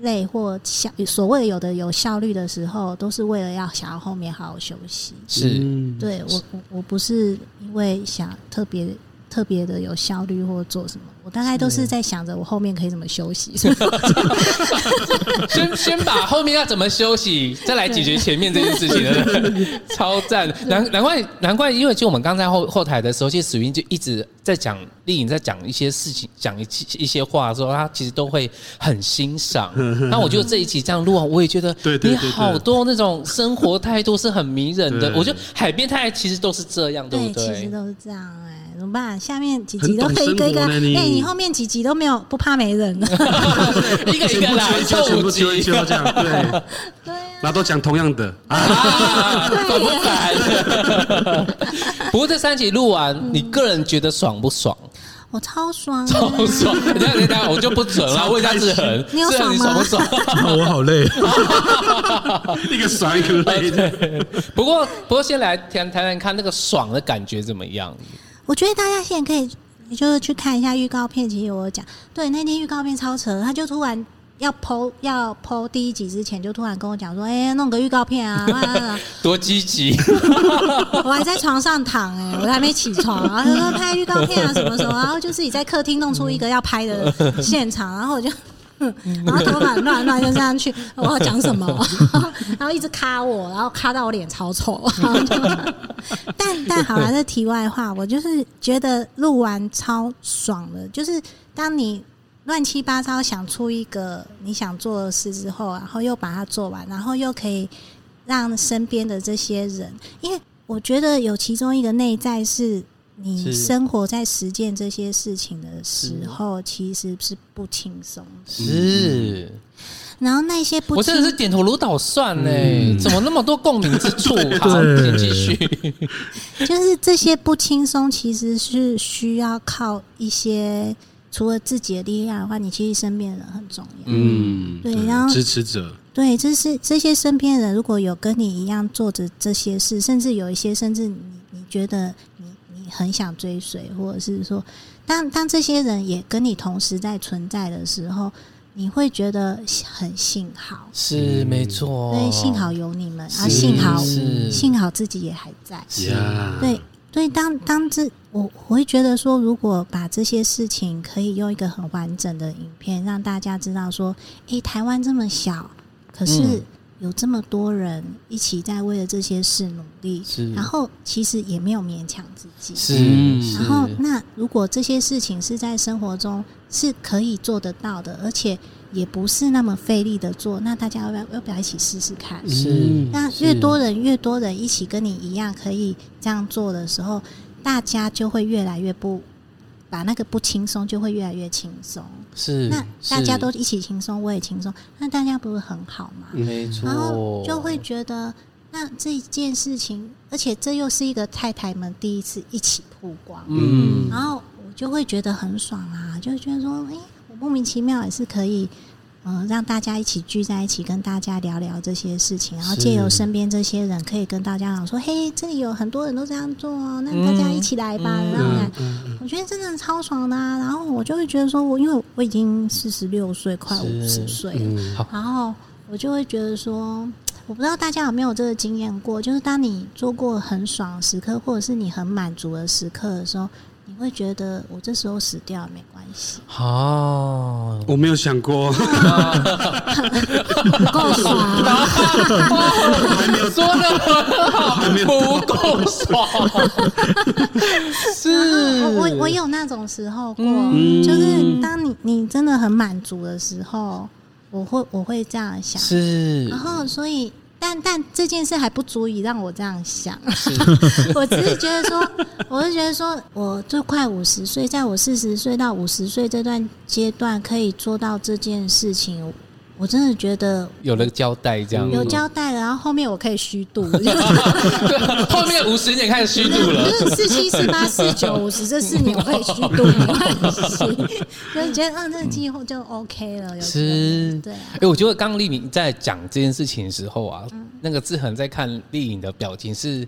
S4: 累或效，所谓有的有效率的时候，都是为了要想要后面好好休息。
S2: 嗯
S1: 是，
S4: 对我我我不是因为想特别特别的有效率或做什么，我大概都是在想着我后面可以怎么休 息。
S1: 先先把后面要怎么休息，再来解决前面这件事情了， 超赞！难难怪难怪，因为就我们刚才后后台的时候，其实史云就一直在讲丽颖在讲一些事情，讲一一些话的时候，她其实都会很欣 赏。那我觉得这一期这样录啊，我也觉得
S2: 对对
S1: 你
S2: 对对
S1: 好多那种生活态度是很迷人的。
S2: 对
S1: 我觉得海边太太其实都是这样，对
S4: 对，
S1: 不
S4: 其实
S1: 对？
S4: 都是这样哎、怎么办？下面几
S2: 很
S4: 集都
S2: 懂
S4: 可以一
S2: 生
S4: 个一个，
S2: 活
S4: 哎、
S2: 呢你
S4: 你后面几集都没有不怕 没人了。
S1: 一个一个来，
S2: 全部全
S1: 凑
S2: 部揪一
S1: 齐，
S2: 揪这样，对，
S4: 对啊，
S2: 然后都讲同样的 啊，
S1: 啊，烦不烦？ 不过这三集录完，你个人觉得爽不 爽？
S4: 我超爽、啊，
S1: 超哦爽！等一下等一下，我就不准了，问一下志恒，
S4: 你有
S1: 志恒你爽
S4: 爽
S1: 不
S4: 吗
S1: 爽？
S5: 我好 累，
S2: 一个爽一个累的，
S1: 不过不过先来谈谈谈看那个爽的感觉怎么样？
S4: 我觉得大家现在可以就是去看一下预告片，其实我有讲，对那天预告片超扯，他就突然。要剖要剖第一集之前，就突然跟我讲说：“哎、弄个预告片啊！”啊啊
S1: 多积极！
S4: 啊 我还在床上躺哎、我还没起床，然后他说拍预告片啊什么什么，然后就自己在客厅弄出一个要拍的现场，然后我就。哼然后头发乱乱就这样去，我要讲什么？然后一直卡我，然后卡到我脸超丑。然后就 但但好啦，这题外话，我就是觉得录完超爽的，就是当你乱七八糟想出一个你想做的事之后，然后又把它做完，然后又可以让身边的这些人，因为我觉得有其中一个内在是。你
S1: 是
S4: 生活在实践这些事情的时候，其实是不轻松的。
S1: 是
S4: 然后那些不
S1: 我真的
S4: 轻
S1: 是点头如捣蒜呢，怎么那么多共鸣之处？ 好，请
S5: 对
S1: 继续。
S4: 就是这些不轻松，其实是需要靠一些除了自己的力量的话，你其实身边的人很重要。
S2: 嗯，
S4: 对然后
S2: 支持者，
S4: 对，这是这些身边的人如果有跟你一样做着这些事，甚至有一些，甚至你你觉得很想追随，或者是说，当当这些人也跟你同时在存在的时候，你会觉得很幸好，
S1: 是没错，
S4: 对，哎幸好有你们啊，幸好
S1: 哦是
S4: 幸好自己也还在，
S2: 呀，
S1: 嗯
S4: 对，所以当当这我我会觉得说，如果把这些事情可以用一个很完整的影片让大家知道说，诶、台湾这么小，可是
S1: 嗯
S4: 有这么多人一起在为了这些事努力，
S1: 是
S4: 然后其实也没有勉强自己，
S1: 是是
S4: 然后，那如果这些事情是在生活中是可以做得到的，而且也不是那么费力的做，那大家要不要要不要一起试试看？
S1: 嗯是
S4: 嗯那越多人越多人一起跟你一样可以这样做的时候，大家就会越来越不把那个不轻松就会越来越轻松。
S1: 是，
S4: 那大家都
S1: 是
S4: 一起轻松，我也轻松，那大家不是很好吗？
S1: 没错，
S4: 然
S1: 哦
S4: 后就会觉得那这件事情，而且这又是一个太太们第一次一起曝光，
S1: 嗯
S4: 然后我就会觉得很爽啊，就会觉得说，哎、我莫名其妙也是可以，嗯、让大家一起聚在一起，跟大家聊聊这些事情，然后
S1: 是
S4: 借由身边这些人，可以跟大家讲说，嘿，这里有很多人都这样做哦，那
S1: 嗯
S4: 大家一起来吧，
S1: 嗯
S4: 然后来。我觉得真的超爽的啊！然后我就会觉得说我，因为我已经四十六岁，快五
S1: 是
S4: 十岁了，
S2: 嗯，
S1: 好
S4: 然后我就会觉得说，我不知道大家有没有这个经验过，就是当你做过很爽的时刻，或者是你很满足的时刻的时候，你会觉得我这时候死掉也没关系，
S1: 哦，
S2: 我没有想 过，
S4: 不够爽。
S1: 说的不够爽，是
S4: 我我我有那种时候过，
S1: 嗯
S4: 就是当你你真的很满足的时候，我会我会这样想，
S1: 是
S4: 然后所以。但但这件事还不足以让我这样想， 我只是觉得说，我是觉得说，我就快五十岁，在我四十岁到五十岁这段阶段，可以做到这件事情，我真的觉得
S1: 有了交代这样，
S4: 有交代了。然后后面我可以虚 度，就是嗯
S1: 对，后面五十年开始虚度了，
S4: 就是四七、四八、四九、五十这四年我可以虚度，没关系，就是觉得嗯，这个计划就 OK 了，有这个
S1: 是
S4: 对啊。
S1: 哎、我觉得刚刚丽颖在讲这件事情的时候啊，那个志恒在看丽颖的表情是，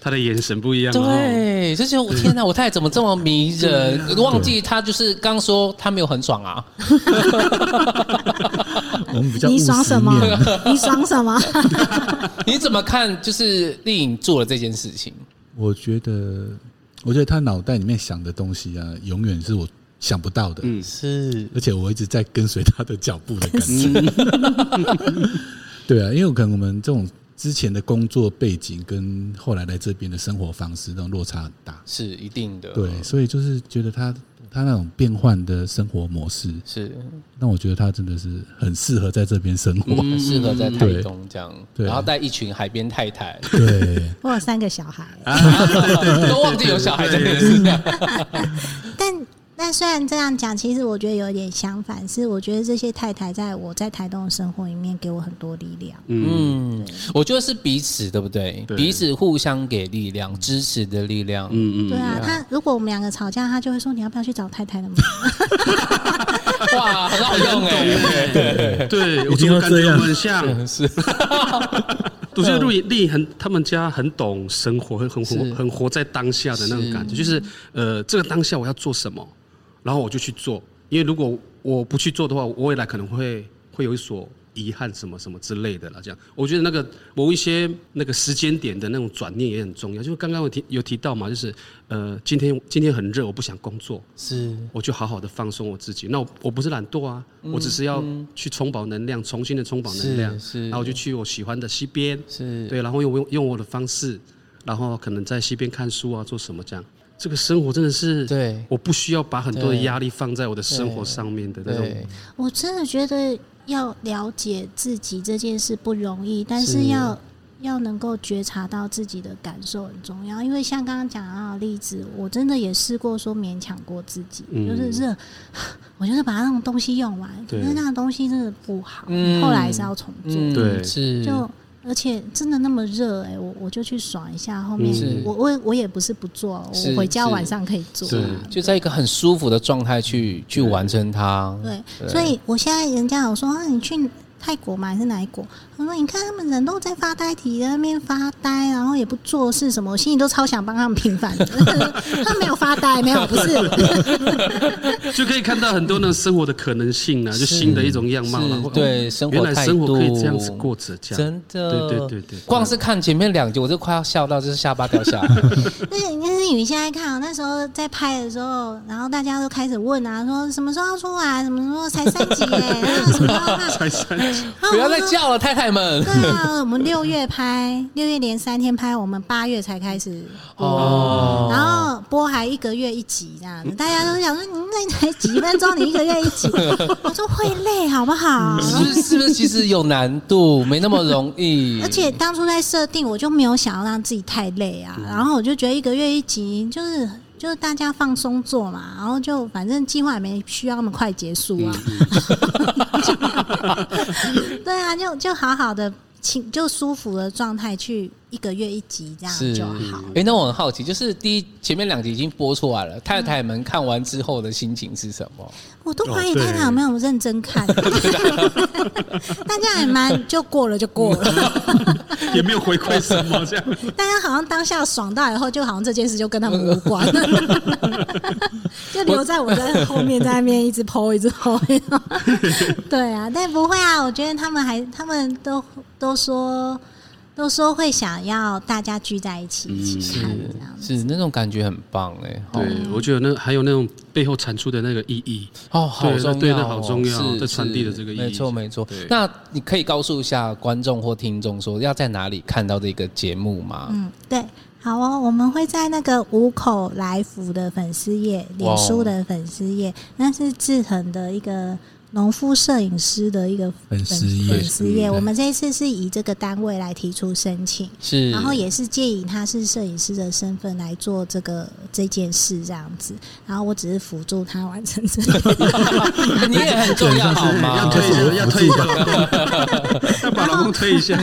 S2: 他的眼神不一
S1: 嗯
S2: 样哦，
S1: 对，就是我天哪，我太太怎么这么迷人？忘记他就是刚说他没有很爽 啊，
S5: 我们比较
S4: 你
S5: 务实
S4: 爽什么
S5: 面？
S4: 你爽什么？
S1: 你怎么看？就是丽颖做了这件事情，
S5: 我觉得，我觉得他脑袋里面想的东西啊，永远是我想不到的，
S2: 嗯，
S1: 是
S5: 而且我一直在跟随他的脚步的感觉。 对啊，因为可能我们这种之前的工作背景跟后来来这边的生活方式，那种落差很大。
S1: 是一定的，
S5: 对，所以就是觉得他他那种变换的生活模式，
S1: 是
S5: 那我觉得他真的是很适合在这边生活。
S1: 很适合在台东这样，
S5: 对
S1: 然后带一群海边太太，
S5: 对，
S4: 我有三个小孩，
S1: 都忘记有小孩在那边，
S4: 但但虽然这样讲，其实我觉得有点相反，是我觉得这些太太在我在台东的生活里面给我很多力量。
S1: 嗯，我觉得是彼此，对不对？
S2: 对
S1: 彼此互相给力量，支持的力量，
S2: 嗯
S4: 对啊，他如果我们两个吵架，他就会说你要不要去找太太的门？
S1: 哇，很好用哎、
S2: 嗯，对，我
S5: 已经
S2: 怎
S5: 要
S2: 么感觉
S5: 这样
S2: 我们很像？
S1: 是
S2: 我觉得陆毅丽很，他们家很懂生活，很很
S1: 嗯是
S2: 活很活在当下的那种感觉，就是呃，这个当下我要做什么，然后我就去做，因为如果我不去做的话，我未来可能会会有所遗憾什么什么之类的啦。这样，我觉得那个某一些那个时间点的那种转念也很重要。就是刚刚我提有提到嘛，就是呃，今天今天很热，我不想工作，
S1: 是
S2: 我就好好的放松我自己。那我我不是懒惰啊，我只是要去充饱能量，重新的充饱能量，
S1: 嗯是是
S2: 然后我就去我喜欢的西边，
S1: 是，
S2: 对，然后用用我的方式，然后可能在西边看书啊，做什么这样。这个生活真的是，
S1: 对
S2: 我不需要把很多的
S1: 对
S2: 压力放在我的生活上面的那种
S1: 对，
S4: 我真的觉得要了解自己这件事不容易，但
S1: 是
S4: 是要要能够觉察到自己的感受很重要。因为像刚刚讲到的例子，我真的也试过说勉强过自己，
S2: 嗯
S4: 就是 热，我就是把那种东西用完，可
S2: 对
S4: 是那个东西真的不好，
S1: 嗯
S4: 后来是要重做。
S1: 嗯
S2: 对
S1: 是
S4: 就而且真的那么热哎、我我就去爽一下。后
S2: 嗯
S4: 面
S1: 是
S4: 我我我也不是不做，
S1: 是
S4: 我回家
S1: 是
S4: 晚上可以做
S2: 是
S4: 啊。
S1: 就在一个很舒服的状态去去完成它，
S4: 对，所以我现在人家有说啊，你去泰国嘛还是哪一国？他说你看他们人都在发呆，体在那边发呆，然后也不做事什么，我心里都超想帮他们平反的。 他没有发呆，没有不是，
S2: 就可以看到很多那种生活的可能性啊，就新的一种样貌
S1: 是
S2: 了。或
S1: 对生活
S2: 原来
S1: 态
S2: 生活可以这样
S1: 度
S2: 子过着，这样
S1: 真的，
S2: 对对对对
S1: 光是看前面两集，我就快要笑到就是下巴掉 下来。
S4: 但是但是你们现在看啊，那时候在拍的时候，然后大家都开始问啊，说什么时候要出来，什么时候才三集耶、 然后什么时候要看？
S2: 才三级，
S4: 然后
S1: 不要
S4: 我
S1: 再
S4: 就说
S1: 叫了，太太们。
S4: 对啊，我们六月拍，六月连三天拍，我们八月才开始播，
S1: 哦
S4: 然后播还一个月一集这样子，大家都想说，你那才几分钟，你一个月一 集，我说会累好不好？
S1: 是不是是不是其实有难度，没那么容易？
S4: 而且当初在设定，我就没有想要让自己太累
S1: 嗯
S4: 啊，然后我就觉得一个月一集就是。就是大家放松做嘛，然后就反正计划也没需要那么快结束啊，
S1: 嗯
S4: 对啊，就就好好的请就舒服的状态去一个月一集这样
S1: 是
S4: 就好。
S1: 哎、那我很好奇，就是第一前面两集已经播出来了，太太们看完之后的心情是什么？
S4: 我都怀疑太太有没有认真看，大家也蛮就过了就过了，
S2: 也没有回馈什 么，这样
S4: 大家好像当下爽到以后，就好像这件事就跟他们无关，就留在我在后面在那边一直剖一直剖。对啊，但不会啊，我觉得他们还他们都都说都说会想要大家聚在一起一起看这样子。
S1: 是那种感觉很棒哎、
S2: 对，我觉得那还有那种背后产出的那个意义，
S1: 哦，好
S2: 对那
S1: 重要哦、
S2: 对那好重要
S1: 是
S2: 在传递的
S1: 是
S2: 这个意义
S1: 没错没错
S2: 对。
S1: 那你可以告诉一下观众或听众说要在哪里看到这个节目吗？
S4: 嗯，对，好哦，我们会在那个五口来福的粉丝页、
S1: 哇哦
S4: 脸书的粉丝页，那是志恒的一个农夫摄影师的一个
S5: 粉丝页
S4: 粉丝页，
S5: 嗯
S4: 我们这一次是以这个单位来提出申请。
S1: 是，
S4: 然后也是借以他是摄影师的身份来做这个这件事这样子，然后我只是辅助他完成这个。
S1: 你也很重要好
S2: 要
S1: 吗？
S2: 推一下，要推一下老公， 要把老公推一下，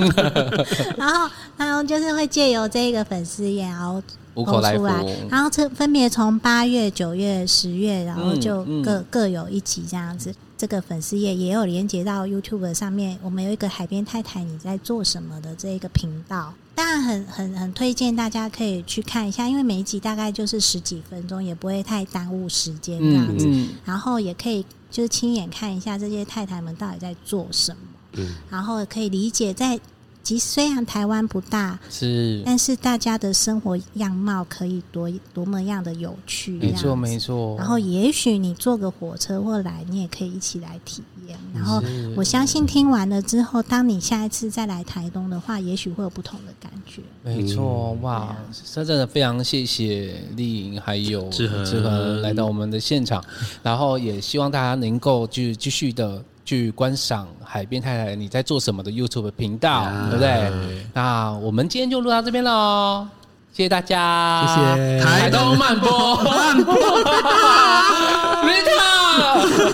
S4: 然后，然后就是会借由这个粉丝页，然后
S1: 五口来
S4: 出来
S1: 福，
S4: 然后这分别从八月、九月、十月，然后
S1: 嗯
S4: 就
S1: 嗯
S4: 各、各有一集这样子。这个粉丝页也有连接到 YouTube 上面，我们有一个海边太太你在做什么的这一个频道，当然很很很推荐大家可以去看一下，因为每一集大概就是十几分钟，也不会太耽误时间这样子。
S1: 嗯，
S4: 然后也可以就是亲眼看一下这些太太们到底在做什么，
S2: 嗯
S4: 然后可以理解在，即虽然台湾不大，
S1: 是
S4: 但是大家的生活样貌可以多多么样的有趣，
S1: 没
S4: 这
S1: 错
S4: 样子
S1: 没。错。
S4: 然后也许你坐个火车或来，你也可以一起来体验。然后
S1: 是
S4: 我相信听完了之后，当你下一次再来台东的话，也许会有不同的感觉。
S1: 没错，哇，
S4: 啊
S1: 这真的非常谢谢丽颖还有
S2: 志恒
S1: 志恒来到我们的现场，然后也希望大家能够去继续的去观赏海边太太你在做什么的 YouTube 频道，对不对？那我们今天就录到这边喽，谢谢大家，
S5: 谢谢
S1: 台东慢播，慢播，Rita。